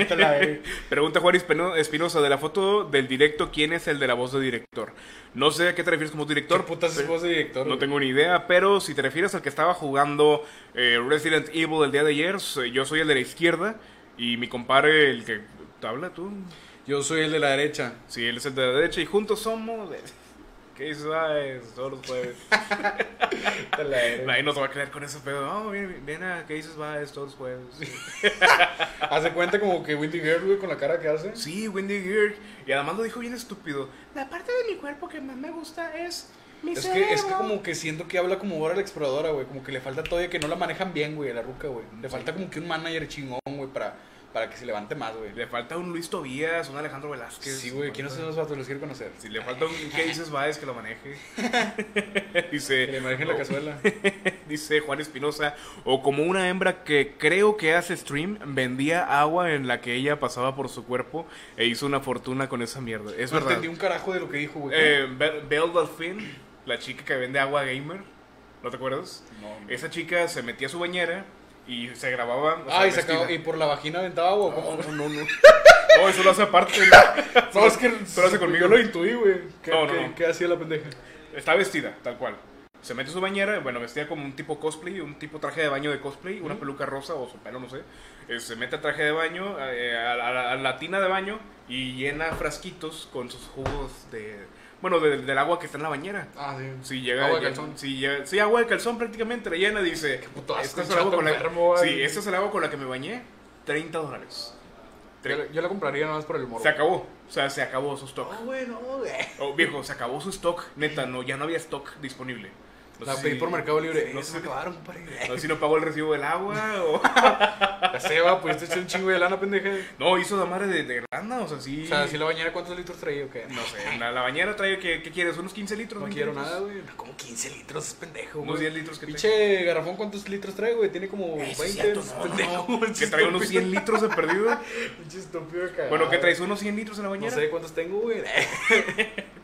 Speaker 4: Te la veré.
Speaker 1: Pregunta Juan Espino- Espinosa de la foto del directo, ¿quién es el de la voz de director? No sé a qué te refieres como
Speaker 4: ¿Qué
Speaker 1: director.
Speaker 4: putas es voz de director?
Speaker 1: No
Speaker 4: güey?
Speaker 1: tengo ni idea, pero si te refieres al que estaba jugando eh, Resident Evil el día de ayer, soy- yo soy el de la izquierda y mi compadre, el que habla tú,
Speaker 4: Yo soy el de la derecha.
Speaker 1: sí, él es el de la derecha y juntos somos... <laughs> ¿Qué dices? Ah, es todos los jueves.
Speaker 4: Te la veré.
Speaker 1: Nadie nos va a creer con ese pedo. Oh, No, ven, ven a ah, ¿qué dices? Va, es todos los
Speaker 4: <laughs>
Speaker 1: jueves.
Speaker 4: Hace cuenta como que Windy Girl, güey, con la cara que hace.
Speaker 1: Sí, Wendy Gear. Y además lo dijo bien estúpido. La parte de mi cuerpo que más me gusta es mi
Speaker 4: Es
Speaker 1: cerebro.
Speaker 4: que, es que como que siento que habla como ahora la exploradora, güey. Como que le falta todavía que no la manejan bien, güey, a la ruca, güey. Le falta como que un manager chingón, güey, para, para que se levante más, güey.
Speaker 1: Le falta un Luis Tobías, un Alejandro Velázquez.
Speaker 4: Sí, güey, ¿quién no son los vatos? Los quiero conocer.
Speaker 1: Si le falta un ¿qué dices? Baez que lo
Speaker 4: <laughs>
Speaker 1: maneje. dice,
Speaker 4: Que le manejen la
Speaker 1: oh,
Speaker 4: <laughs> cazuela.
Speaker 1: dice Juan Espinosa, o como una hembra que creo que hace stream, vendía agua en la que ella pasaba por su cuerpo e hizo una fortuna con esa mierda. Es
Speaker 4: No
Speaker 1: verdad.
Speaker 4: entendí un carajo de lo que dijo, güey.
Speaker 1: Eh, Be- Belle Delphine, la chica que vende agua gamer, ¿no te acuerdas?
Speaker 4: No, no.
Speaker 1: Esa chica se metía a su bañera y se grababa. o sea,
Speaker 4: Ah, y, sacaba,
Speaker 1: vestida.
Speaker 4: y por la vagina aventaba agua. ¿cómo? No, no, no.
Speaker 1: No, eso lo hace aparte. ¿no?
Speaker 4: <laughs> No, es que
Speaker 1: Pero hace conmigo.
Speaker 4: yo lo intuí, güey. ¿Qué,
Speaker 1: No, no,
Speaker 4: qué-
Speaker 1: no.
Speaker 4: qué hacía la pendeja?
Speaker 1: Está vestida, tal cual. Se mete a su bañera, bueno, vestida como un tipo cosplay, un tipo traje de baño de cosplay, una peluca rosa o su pelo, no sé. Eh, se mete a traje de baño, eh, a, la- a la- a la tina de baño y llena frasquitos con sus jugos de. Bueno, de- del agua que está en la bañera.
Speaker 4: Ah, sí.
Speaker 1: Si llega,
Speaker 4: Agua de
Speaker 1: llega-
Speaker 4: calzón.
Speaker 1: si llega- sí, agua de calzón prácticamente, la llena, dice. Qué
Speaker 4: puto asco,
Speaker 1: es el agua
Speaker 4: chato
Speaker 1: con la,
Speaker 4: enfermo, güey".
Speaker 1: sí, esta es el agua con la que me bañé, 30 dólares.
Speaker 4: Yo, la- yo la compraría nada más por el morro.
Speaker 1: Se acabó, o sea, se acabó su stock.
Speaker 4: bueno, Ah, güey. <laughs>
Speaker 1: Oh, viejo, se acabó su stock, neta, no, ya no había stock disponible. No
Speaker 4: La
Speaker 1: sé
Speaker 4: pedí
Speaker 1: si-
Speaker 4: por Mercado Libre.
Speaker 1: No
Speaker 4: No se
Speaker 1: sé,
Speaker 4: me acabaron, compadre.
Speaker 1: no sé si no pagó el recibo del agua o... <laughs>
Speaker 4: La ceba, pues te eché un chingo de lana, pendeja.
Speaker 1: No, hizo la madre de, de grana, o sea, sí...
Speaker 4: O sea, si la bañera, ¿cuántos litros traía o qué?
Speaker 1: No sé, la, la bañera trae, ¿qué, qué quieres? ¿Unos 15 litros?
Speaker 4: No
Speaker 1: 20
Speaker 4: quiero
Speaker 1: litros?
Speaker 4: nada, güey. No, Como 15 litros, es pendejo,
Speaker 1: Unos
Speaker 4: güey.
Speaker 1: 10 litros que te-
Speaker 4: Pinche garrafón, ¿cuántos litros trae, güey? Tiene como 20.
Speaker 2: cierto,
Speaker 4: Eh, es
Speaker 2: no,
Speaker 4: pendejo,
Speaker 1: Que trae unos 100 litros de perdido.
Speaker 4: <laughs> Pinche estúpido de cagada.
Speaker 1: Bueno, ¿qué traes? ¿Unos 100 litros en la
Speaker 4: Ah. No
Speaker 1: bañera?
Speaker 4: sé cuántos tengo, güey.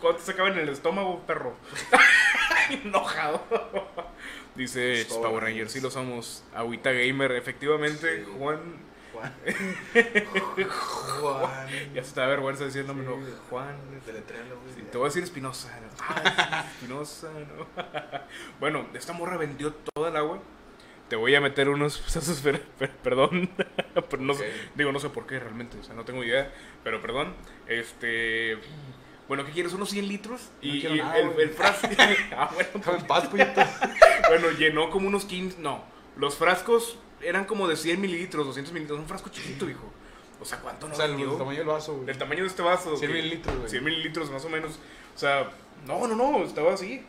Speaker 1: ¿Cuánto se acaba en el estómago, perro? <laughs> Enojado.
Speaker 4: Pues
Speaker 1: Dice "Ch, Power Rangers, sí lo somos. Agüita Gamer, efectivamente, Juan. <laughs>
Speaker 4: Juan.
Speaker 1: Ya se te da vergüenza decir el nombre,
Speaker 4: Sí.
Speaker 1: no, Juan.
Speaker 4: Deletréalo, güey.
Speaker 1: Sí, te voy a decir Espinosa. ¿no? Ah, Espinosa, ¿no? <laughs> bueno, esta morra vendió toda el agua. Te voy a meter unos <laughs> sazos, per- per- perdón. <laughs> pero no sé-
Speaker 4: Ok.
Speaker 1: digo, no sé por qué realmente, o sea, no tengo idea. Pero perdón. Este. Bueno, ¿qué quieres? ¿Unos 100 litros? y
Speaker 4: quiero
Speaker 1: y
Speaker 4: nada,
Speaker 1: el,
Speaker 4: güey.
Speaker 1: el frasco. <laughs> Ah, bueno,
Speaker 4: Déjame en paz,
Speaker 1: <laughs>
Speaker 4: puñetas.
Speaker 1: bueno, llenó como unos 15. No, los frascos eran como de 100 mililitros, 200 mililitros. Un frasco chiquito, hijo. O sea, ¿cuánto no
Speaker 4: O sea, el,
Speaker 1: vendió?
Speaker 4: el tamaño del vaso, güey.
Speaker 1: Del tamaño de este vaso.
Speaker 4: 100
Speaker 1: que-
Speaker 4: mililitros, güey.
Speaker 1: 100 mililitros más o menos. O sea, no, no, no, estaba así.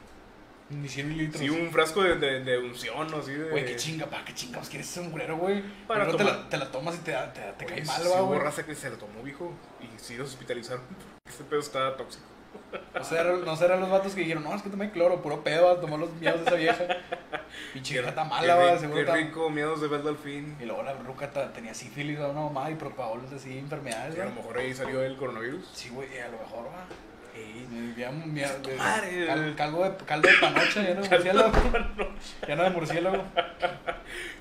Speaker 4: Ni 100 mililitros.
Speaker 1: Sí, un frasco de, de, de unción, así de.
Speaker 4: Güey, qué chinga, ¿para qué chingados quieres ser un culero, güey?
Speaker 1: Para
Speaker 4: Pero te
Speaker 1: tomar.
Speaker 4: la, te la tomas y te, da- te, da- te
Speaker 1: Güey,
Speaker 4: cae
Speaker 1: sí
Speaker 4: mal, va,
Speaker 1: hubo
Speaker 4: güey.
Speaker 1: raza que se lo tomó, viejo. Y sí los hospitalizaron. <laughs> Este pedo está tóxico.
Speaker 4: O sea, era- no serán los vatos que dijeron, no, es que tomé cloro, puro pedo, a tomar los miedos de
Speaker 1: <laughs>
Speaker 4: esa vieja. Pinche rata mala,
Speaker 1: Qué
Speaker 4: va,
Speaker 1: ri-
Speaker 4: seguro
Speaker 1: Qué
Speaker 4: está-
Speaker 1: rico, miedos de Bell Delfín.
Speaker 4: Y luego la ruca ta- tenía sífilis, va, una mamá, y propagó los así, enfermedades,
Speaker 1: Y a lo
Speaker 4: va.
Speaker 1: mejor ahí salió el coronavirus.
Speaker 4: Sí, güey, a lo mejor, va. Ey, me vivía un miedo de-
Speaker 1: madre,
Speaker 4: cal-
Speaker 1: güey.
Speaker 4: caldo de, caldo de panocha, ya no de murciélago. ya no de murciélago.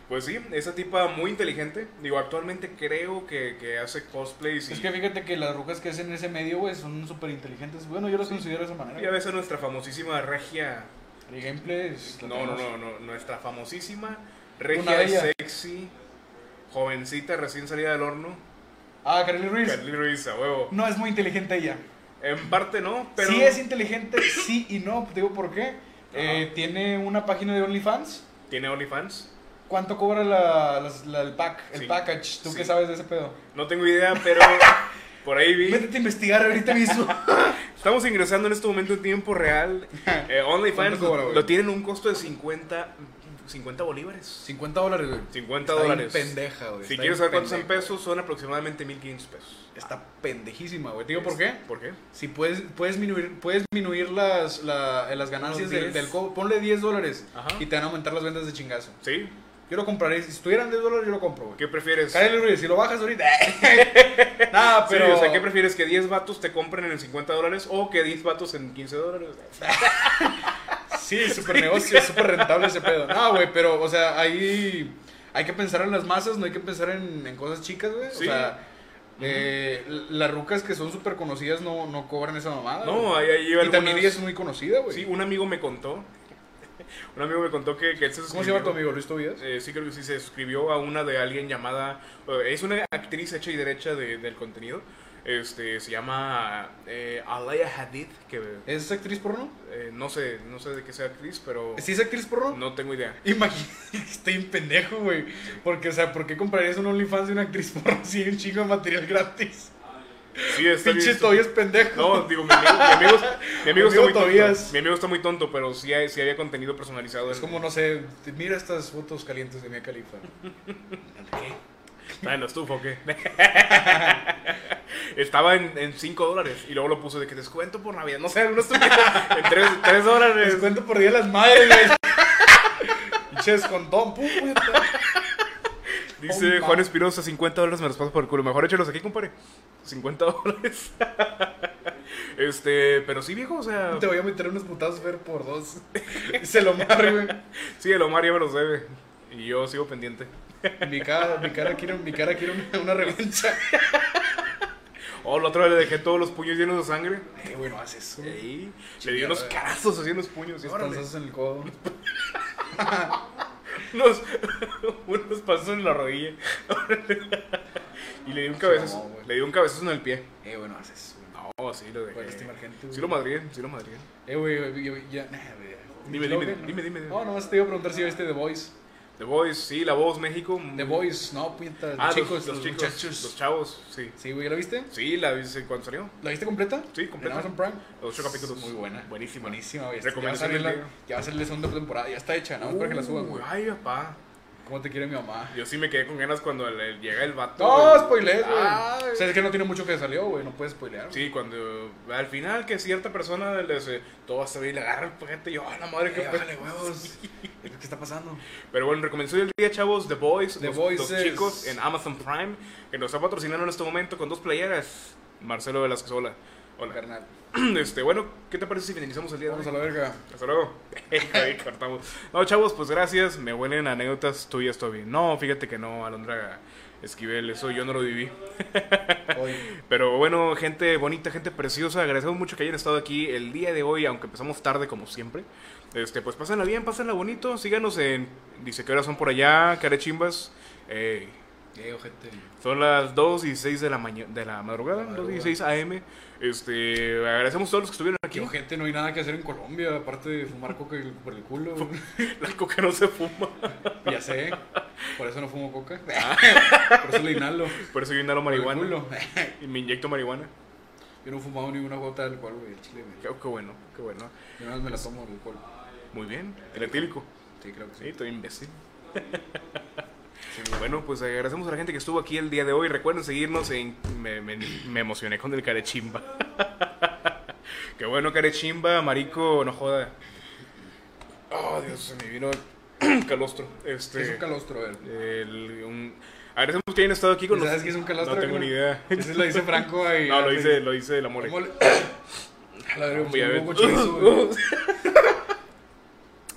Speaker 1: Pues sí, esa tipa muy inteligente. Digo, actualmente creo que, que hace cosplays y.
Speaker 4: Es que fíjate que las rucas que hacen ese medio, güey, son súper inteligentes. Bueno, yo los considero de esa manera.
Speaker 1: Ya ves a nuestra famosísima regia.
Speaker 4: El gameplay es- la
Speaker 1: No, no,
Speaker 4: tenemos.
Speaker 1: no, no, nuestra famosísima
Speaker 4: Una
Speaker 1: regia
Speaker 4: bella.
Speaker 1: sexy, jovencita recién salida del horno.
Speaker 4: Ah, Carly Ruiz.
Speaker 1: Carly Ruiz, a huevo.
Speaker 4: No es muy inteligente ella.
Speaker 1: En parte no, pero.
Speaker 4: Sí es inteligente, sí y no. Te digo por qué. Eh, tiene una página de OnlyFans.
Speaker 1: Tiene OnlyFans.
Speaker 4: ¿Cuánto cobra la, las- la- el pack, el
Speaker 1: Sí.
Speaker 4: package? ¿Tú
Speaker 1: Sí.
Speaker 4: qué sabes de ese pedo?
Speaker 1: No tengo idea,
Speaker 4: <laughs>
Speaker 1: pero por ahí vi.
Speaker 4: Métete a investigar ahorita
Speaker 1: <laughs>
Speaker 4: mismo.
Speaker 1: Estamos ingresando en este momento en tiempo
Speaker 4: <laughs>
Speaker 1: real. Eh, OnlyFans
Speaker 4: ¿Cuánto cobra,
Speaker 1: lo,
Speaker 4: güey?
Speaker 1: lo tienen un costo de 50, 50 bolívares.
Speaker 4: 50 dólares, güey.
Speaker 1: 50
Speaker 4: Está bien
Speaker 1: dólares.
Speaker 4: pendeja, güey.
Speaker 1: Si quieres
Speaker 4: Está bien
Speaker 1: saber cuántos en
Speaker 4: pendeja.
Speaker 1: pesos, son aproximadamente 1500 pesos.
Speaker 4: Está pendejísima, güey. Te digo por qué.
Speaker 1: ¿Por qué?
Speaker 4: Si puedes, puedes disminuir, puedes disminuir las, la- eh, las ganancias
Speaker 1: Unos
Speaker 4: del,
Speaker 1: 10.
Speaker 4: del co- Ponle 10 dólares
Speaker 1: Ajá.
Speaker 4: y te van a aumentar las ventas de chingazo.
Speaker 1: Sí.
Speaker 4: Yo lo compraré. Si estuvieran 10 dólares, yo lo compro, güey.
Speaker 1: ¿Qué prefieres?
Speaker 4: Cállale, Ruiz, si lo
Speaker 1: <laughs>
Speaker 4: bajas ahorita. <laughs> Nada,
Speaker 1: Sí,
Speaker 4: pero.
Speaker 1: o sea, ¿qué prefieres? ¿Que 10 vatos te compren en 50 dólares o que 10 vatos en 15 dólares?
Speaker 4: Sí,
Speaker 1: <laughs>
Speaker 4: Sí, súper negocio, súper rentable ese pedo. No, güey, pero, o sea, ahí hay que pensar en las masas, no hay que pensar en, en cosas chicas, güey.
Speaker 1: Sí.
Speaker 4: O sea, eh, las rucas que son súper conocidas no, no cobran esa mamada.
Speaker 1: No, ahí,
Speaker 4: güey.
Speaker 1: ahí
Speaker 4: Y
Speaker 1: algunas-
Speaker 4: también ella es muy conocida, güey.
Speaker 1: Sí, un amigo me contó. <laughs> Un amigo me contó que, que él se
Speaker 4: ¿Cómo se
Speaker 1: suscribió-
Speaker 4: llama tu amigo? ¿Luis Tobías?
Speaker 1: Eh, sí, creo que sí se suscribió a una de alguien llamada. eh, es una actriz hecha y derecha de- del contenido. Este, se llama eh, Alaya Hadid, que
Speaker 4: ¿Es actriz porno?
Speaker 1: eh, no sé, no sé de qué sea actriz, pero
Speaker 4: ¿Sí es actriz porno?
Speaker 1: no tengo idea.
Speaker 4: <laughs> Imagínate, estoy un pendejo, güey. Porque, o sea, ¿por qué comprarías un OnlyFans de una actriz porno si hay un chingo de material gratis?
Speaker 1: Sí, está bien.
Speaker 4: Pinche Tobías pendejo.
Speaker 1: No, digo, mi amigo, mi amigo, mi amigo está
Speaker 4: Amigo
Speaker 1: muy tonto.
Speaker 4: Tobías.
Speaker 1: Mi amigo está muy tonto, pero sí, hay- sí había contenido personalizado.
Speaker 4: Es
Speaker 1: en-
Speaker 4: como, no sé, mira estas fotos calientes de Mia Khalifa.
Speaker 1: ¿Está Ah, en la estufa o qué? <laughs> Estaba en, en 5 dólares y luego lo puse de que descuento por Navidad. No sé, alguna
Speaker 4: <laughs>
Speaker 1: estupidez. En 3, dólares.
Speaker 4: Descuento por día de las madres, güey. Pinche descontón, pum, puta.
Speaker 1: Dice
Speaker 4: Oh, ma.
Speaker 1: Juan Espirosa, 50 dólares me los paso por el culo. Mejor échalos aquí, compadre. 50 dólares. <laughs> este, pero sí, viejo, o sea.
Speaker 4: Te voy a meter unos putazos ver por dos. Y se lo mar, güey.
Speaker 1: Sí, el Omar ya me los debe. Y yo sigo pendiente.
Speaker 4: Mi cara, mi cara quiere, mi cara quiere una, una revancha.
Speaker 1: Oh, la otra vez le dejé todos los puños llenos de sangre.
Speaker 4: Eh, güey, no haces eso.
Speaker 1: Ey, le di unos carazos así en los puños. Y órale.
Speaker 4: Descansas en el codo.
Speaker 1: unos, <laughs> unos pasos en la rodilla. <laughs> y le di un cabezazo.
Speaker 4: No, güey.
Speaker 1: le di un cabezazo en el pie.
Speaker 4: Eh, bueno, haces. güey.
Speaker 1: No, sí lo dejé.
Speaker 4: Puedes lastimar gente,
Speaker 1: Sí
Speaker 4: güey.
Speaker 1: lo madrié, sí lo madrié.
Speaker 4: Eh, güey, güey, yo- ya. nah, güey, ya.
Speaker 1: Dime,
Speaker 4: Logan,
Speaker 1: dime,
Speaker 4: ¿no?
Speaker 1: dime, dime, dime.
Speaker 4: No, nomás te iba a preguntar si viste The Voice.
Speaker 1: The Voice, sí, La Voz, México.
Speaker 4: The Voice, no, puñetas. Los
Speaker 1: Mm. Ah, los-
Speaker 4: chicos,
Speaker 1: los,
Speaker 4: los,
Speaker 1: chicos,
Speaker 4: muchachos.
Speaker 1: los chavos, sí.
Speaker 4: Sí, güey, ¿la viste?
Speaker 1: Sí, la viste cuando salió.
Speaker 4: ¿La viste completa?
Speaker 1: Sí, completa.
Speaker 4: En Amazon Prime.
Speaker 1: Los ocho capítulos.
Speaker 4: Muy buena.
Speaker 1: Buenísima.
Speaker 4: Buenísima, güey. este, Ya va, a
Speaker 1: Recomendación
Speaker 4: salir la,
Speaker 1: del día.
Speaker 4: ya va a salir la segunda temporada. Ya está hecha, nada más para que la suban, güey.
Speaker 1: Ay, papá.
Speaker 4: ¿Cómo te quiere mi mamá?
Speaker 1: Yo sí me quedé con ganas cuando el- el- llega el vato.
Speaker 4: No,
Speaker 1: güey.
Speaker 4: spoilers, güey.
Speaker 1: Ay.
Speaker 4: O sea, es que no tiene mucho que salió, güey. No puedes spoilear.
Speaker 1: Sí, cuando al final que cierta persona le dice, todo va a salir, le agarra el paquete y yo, a la madre que
Speaker 4: Eh, bájale, huevos. ¿Qué está pasando? Pues
Speaker 1: Pero bueno, recomendación del día, chavos, The Boys,
Speaker 4: The
Speaker 1: los,
Speaker 4: Boys
Speaker 1: los
Speaker 4: es-
Speaker 1: chicos en Amazon Prime, que nos está patrocinando en este momento con dos playeras. Marcelo Velázquez, hola. Hola.
Speaker 4: Carnal.
Speaker 1: <clears throat> Este, bueno, ¿qué te parece si finalizamos el día de hoy?
Speaker 4: Vamos a la verga.
Speaker 1: Hasta luego. <laughs> Ahí cortamos. No, chavos, pues gracias. Me huelen anécdotas tuyas, Toby. No, fíjate que no, Alondra Esquivel, eso yo no lo viví.
Speaker 4: Hoy.
Speaker 1: <laughs> Pero bueno, gente bonita, gente preciosa, agradecemos mucho que hayan estado aquí el día de hoy, aunque empezamos tarde como siempre. Este, pues pásenla bien, pásenla bonito, síganos en... Dice que horas son por allá, carechimbas. Eh,
Speaker 4: Eh, ojete.
Speaker 1: son las 2 y 6 de la, maña- de la madrugada,
Speaker 4: Madrugada.
Speaker 1: 2 y 6 AM. Este, agradecemos a todos los que estuvieron
Speaker 4: Qué
Speaker 1: aquí. <laughs>
Speaker 4: ojete, no hay nada que hacer en Colombia. Aparte de fumar coca el- por el culo. güey.
Speaker 1: La coca no se fuma.
Speaker 4: ya sé. Por eso no fumo coca. por eso le inhalo. Por el
Speaker 1: Por eso yo inhalo marihuana.
Speaker 4: culo.
Speaker 1: <laughs> Y me inyecto marihuana.
Speaker 4: Yo no he fumado ni una gota de alcohol, güey. al Chile, güey.
Speaker 1: Qué, qué bueno, qué bueno.
Speaker 4: Yo nada más me la tomo el alcohol.
Speaker 1: Muy bien, el etílico.
Speaker 4: Sí, creo que sí.
Speaker 1: Sí, estoy imbécil. <laughs> Bueno, pues agradecemos a la gente que estuvo aquí el día de hoy. Recuerden seguirnos en... Me, me- me emocioné con el carechimba. <laughs> Qué bueno, carechimba, marico, no joda. Oh, Dios, se me vino el <clears throat> calostro.
Speaker 4: ¿Qué Es un
Speaker 1: Este...
Speaker 4: calostro, a ver.
Speaker 1: el- un- Agradecemos que hayan estado aquí con
Speaker 4: ¿Sabes
Speaker 1: nosotros.
Speaker 4: qué es un calostro?
Speaker 1: No tengo ni idea.
Speaker 4: <laughs> Ese lo dice Franco ahí.
Speaker 1: No, lo dice, lo dice la mole.
Speaker 4: ¿Cómo le- <coughs> A la verga,
Speaker 1: Voy a
Speaker 4: pues,
Speaker 1: ver.
Speaker 4: un poco chorizo,
Speaker 1: <laughs>
Speaker 4: güey.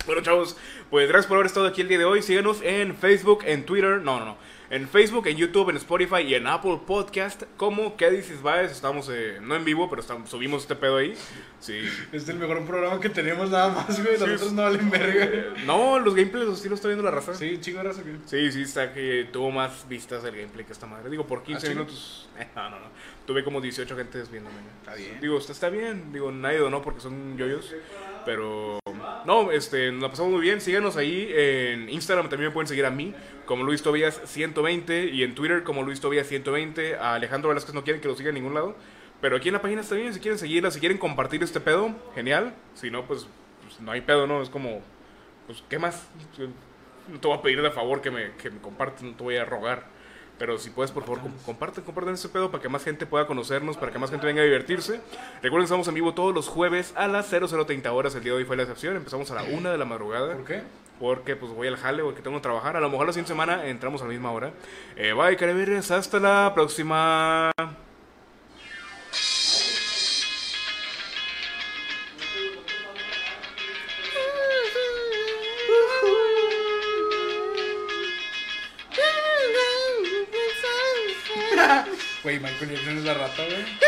Speaker 1: Bueno, chavos, pues gracias por haber estado aquí el día de hoy. Síganos en Facebook, en Twitter, no, no, no. En Facebook, en YouTube, en Spotify y en Apple Podcast. Como ¿Qué dices, Baez? Estamos, eh, no en vivo, pero estamos, subimos este pedo ahí. Sí. <laughs>
Speaker 4: Este es el mejor programa que tenemos nada más, güey. Los
Speaker 1: Sí,
Speaker 4: otros
Speaker 1: es-
Speaker 4: no valen verga.
Speaker 1: Eh, no, los gameplays sí los está viendo la raza.
Speaker 4: Sí, chico, gracias, güey.
Speaker 1: Sí, sí, está que tuvo más vistas el gameplay que esta madre. Digo, por 15
Speaker 4: ¿Ah, sí?
Speaker 1: minutos. <laughs> Eh, no, no, no. Tuve como 18 gentes viéndome.
Speaker 4: Está bien.
Speaker 1: Digo, está, está bien. Digo, nadie donó porque son yoyos. Pero. No, este, nos la pasamos muy bien. Síganos ahí. En Instagram también me pueden seguir a mí, como Luis Tobias 120. Y en Twitter, como Luis Tobias 120. A Alejandro Velázquez no quieren que lo siga en ningún lado. Pero aquí en la página está bien. Si quieren seguirla, si quieren compartir este pedo, genial. Si no, pues, pues no hay pedo, ¿no? Es como. Pues, ¿qué más? No te voy a pedir de favor que me, que me compartas, no te voy a rogar. Pero si puedes, por favor, com- compartan, compartan ese pedo para que más gente pueda conocernos, para que más gente venga a divertirse. Recuerden que estamos en vivo todos los jueves a las 0030 horas. El día de hoy fue la excepción. Empezamos a la 1 de la madrugada
Speaker 4: ¿Por qué?
Speaker 1: porque pues voy al jale, porque tengo que trabajar. A lo mejor la siguiente semana entramos a la misma hora. Eh, bye, carabineros. Hasta la próxima.
Speaker 4: Güey, Michael Jackson es la rata, güey.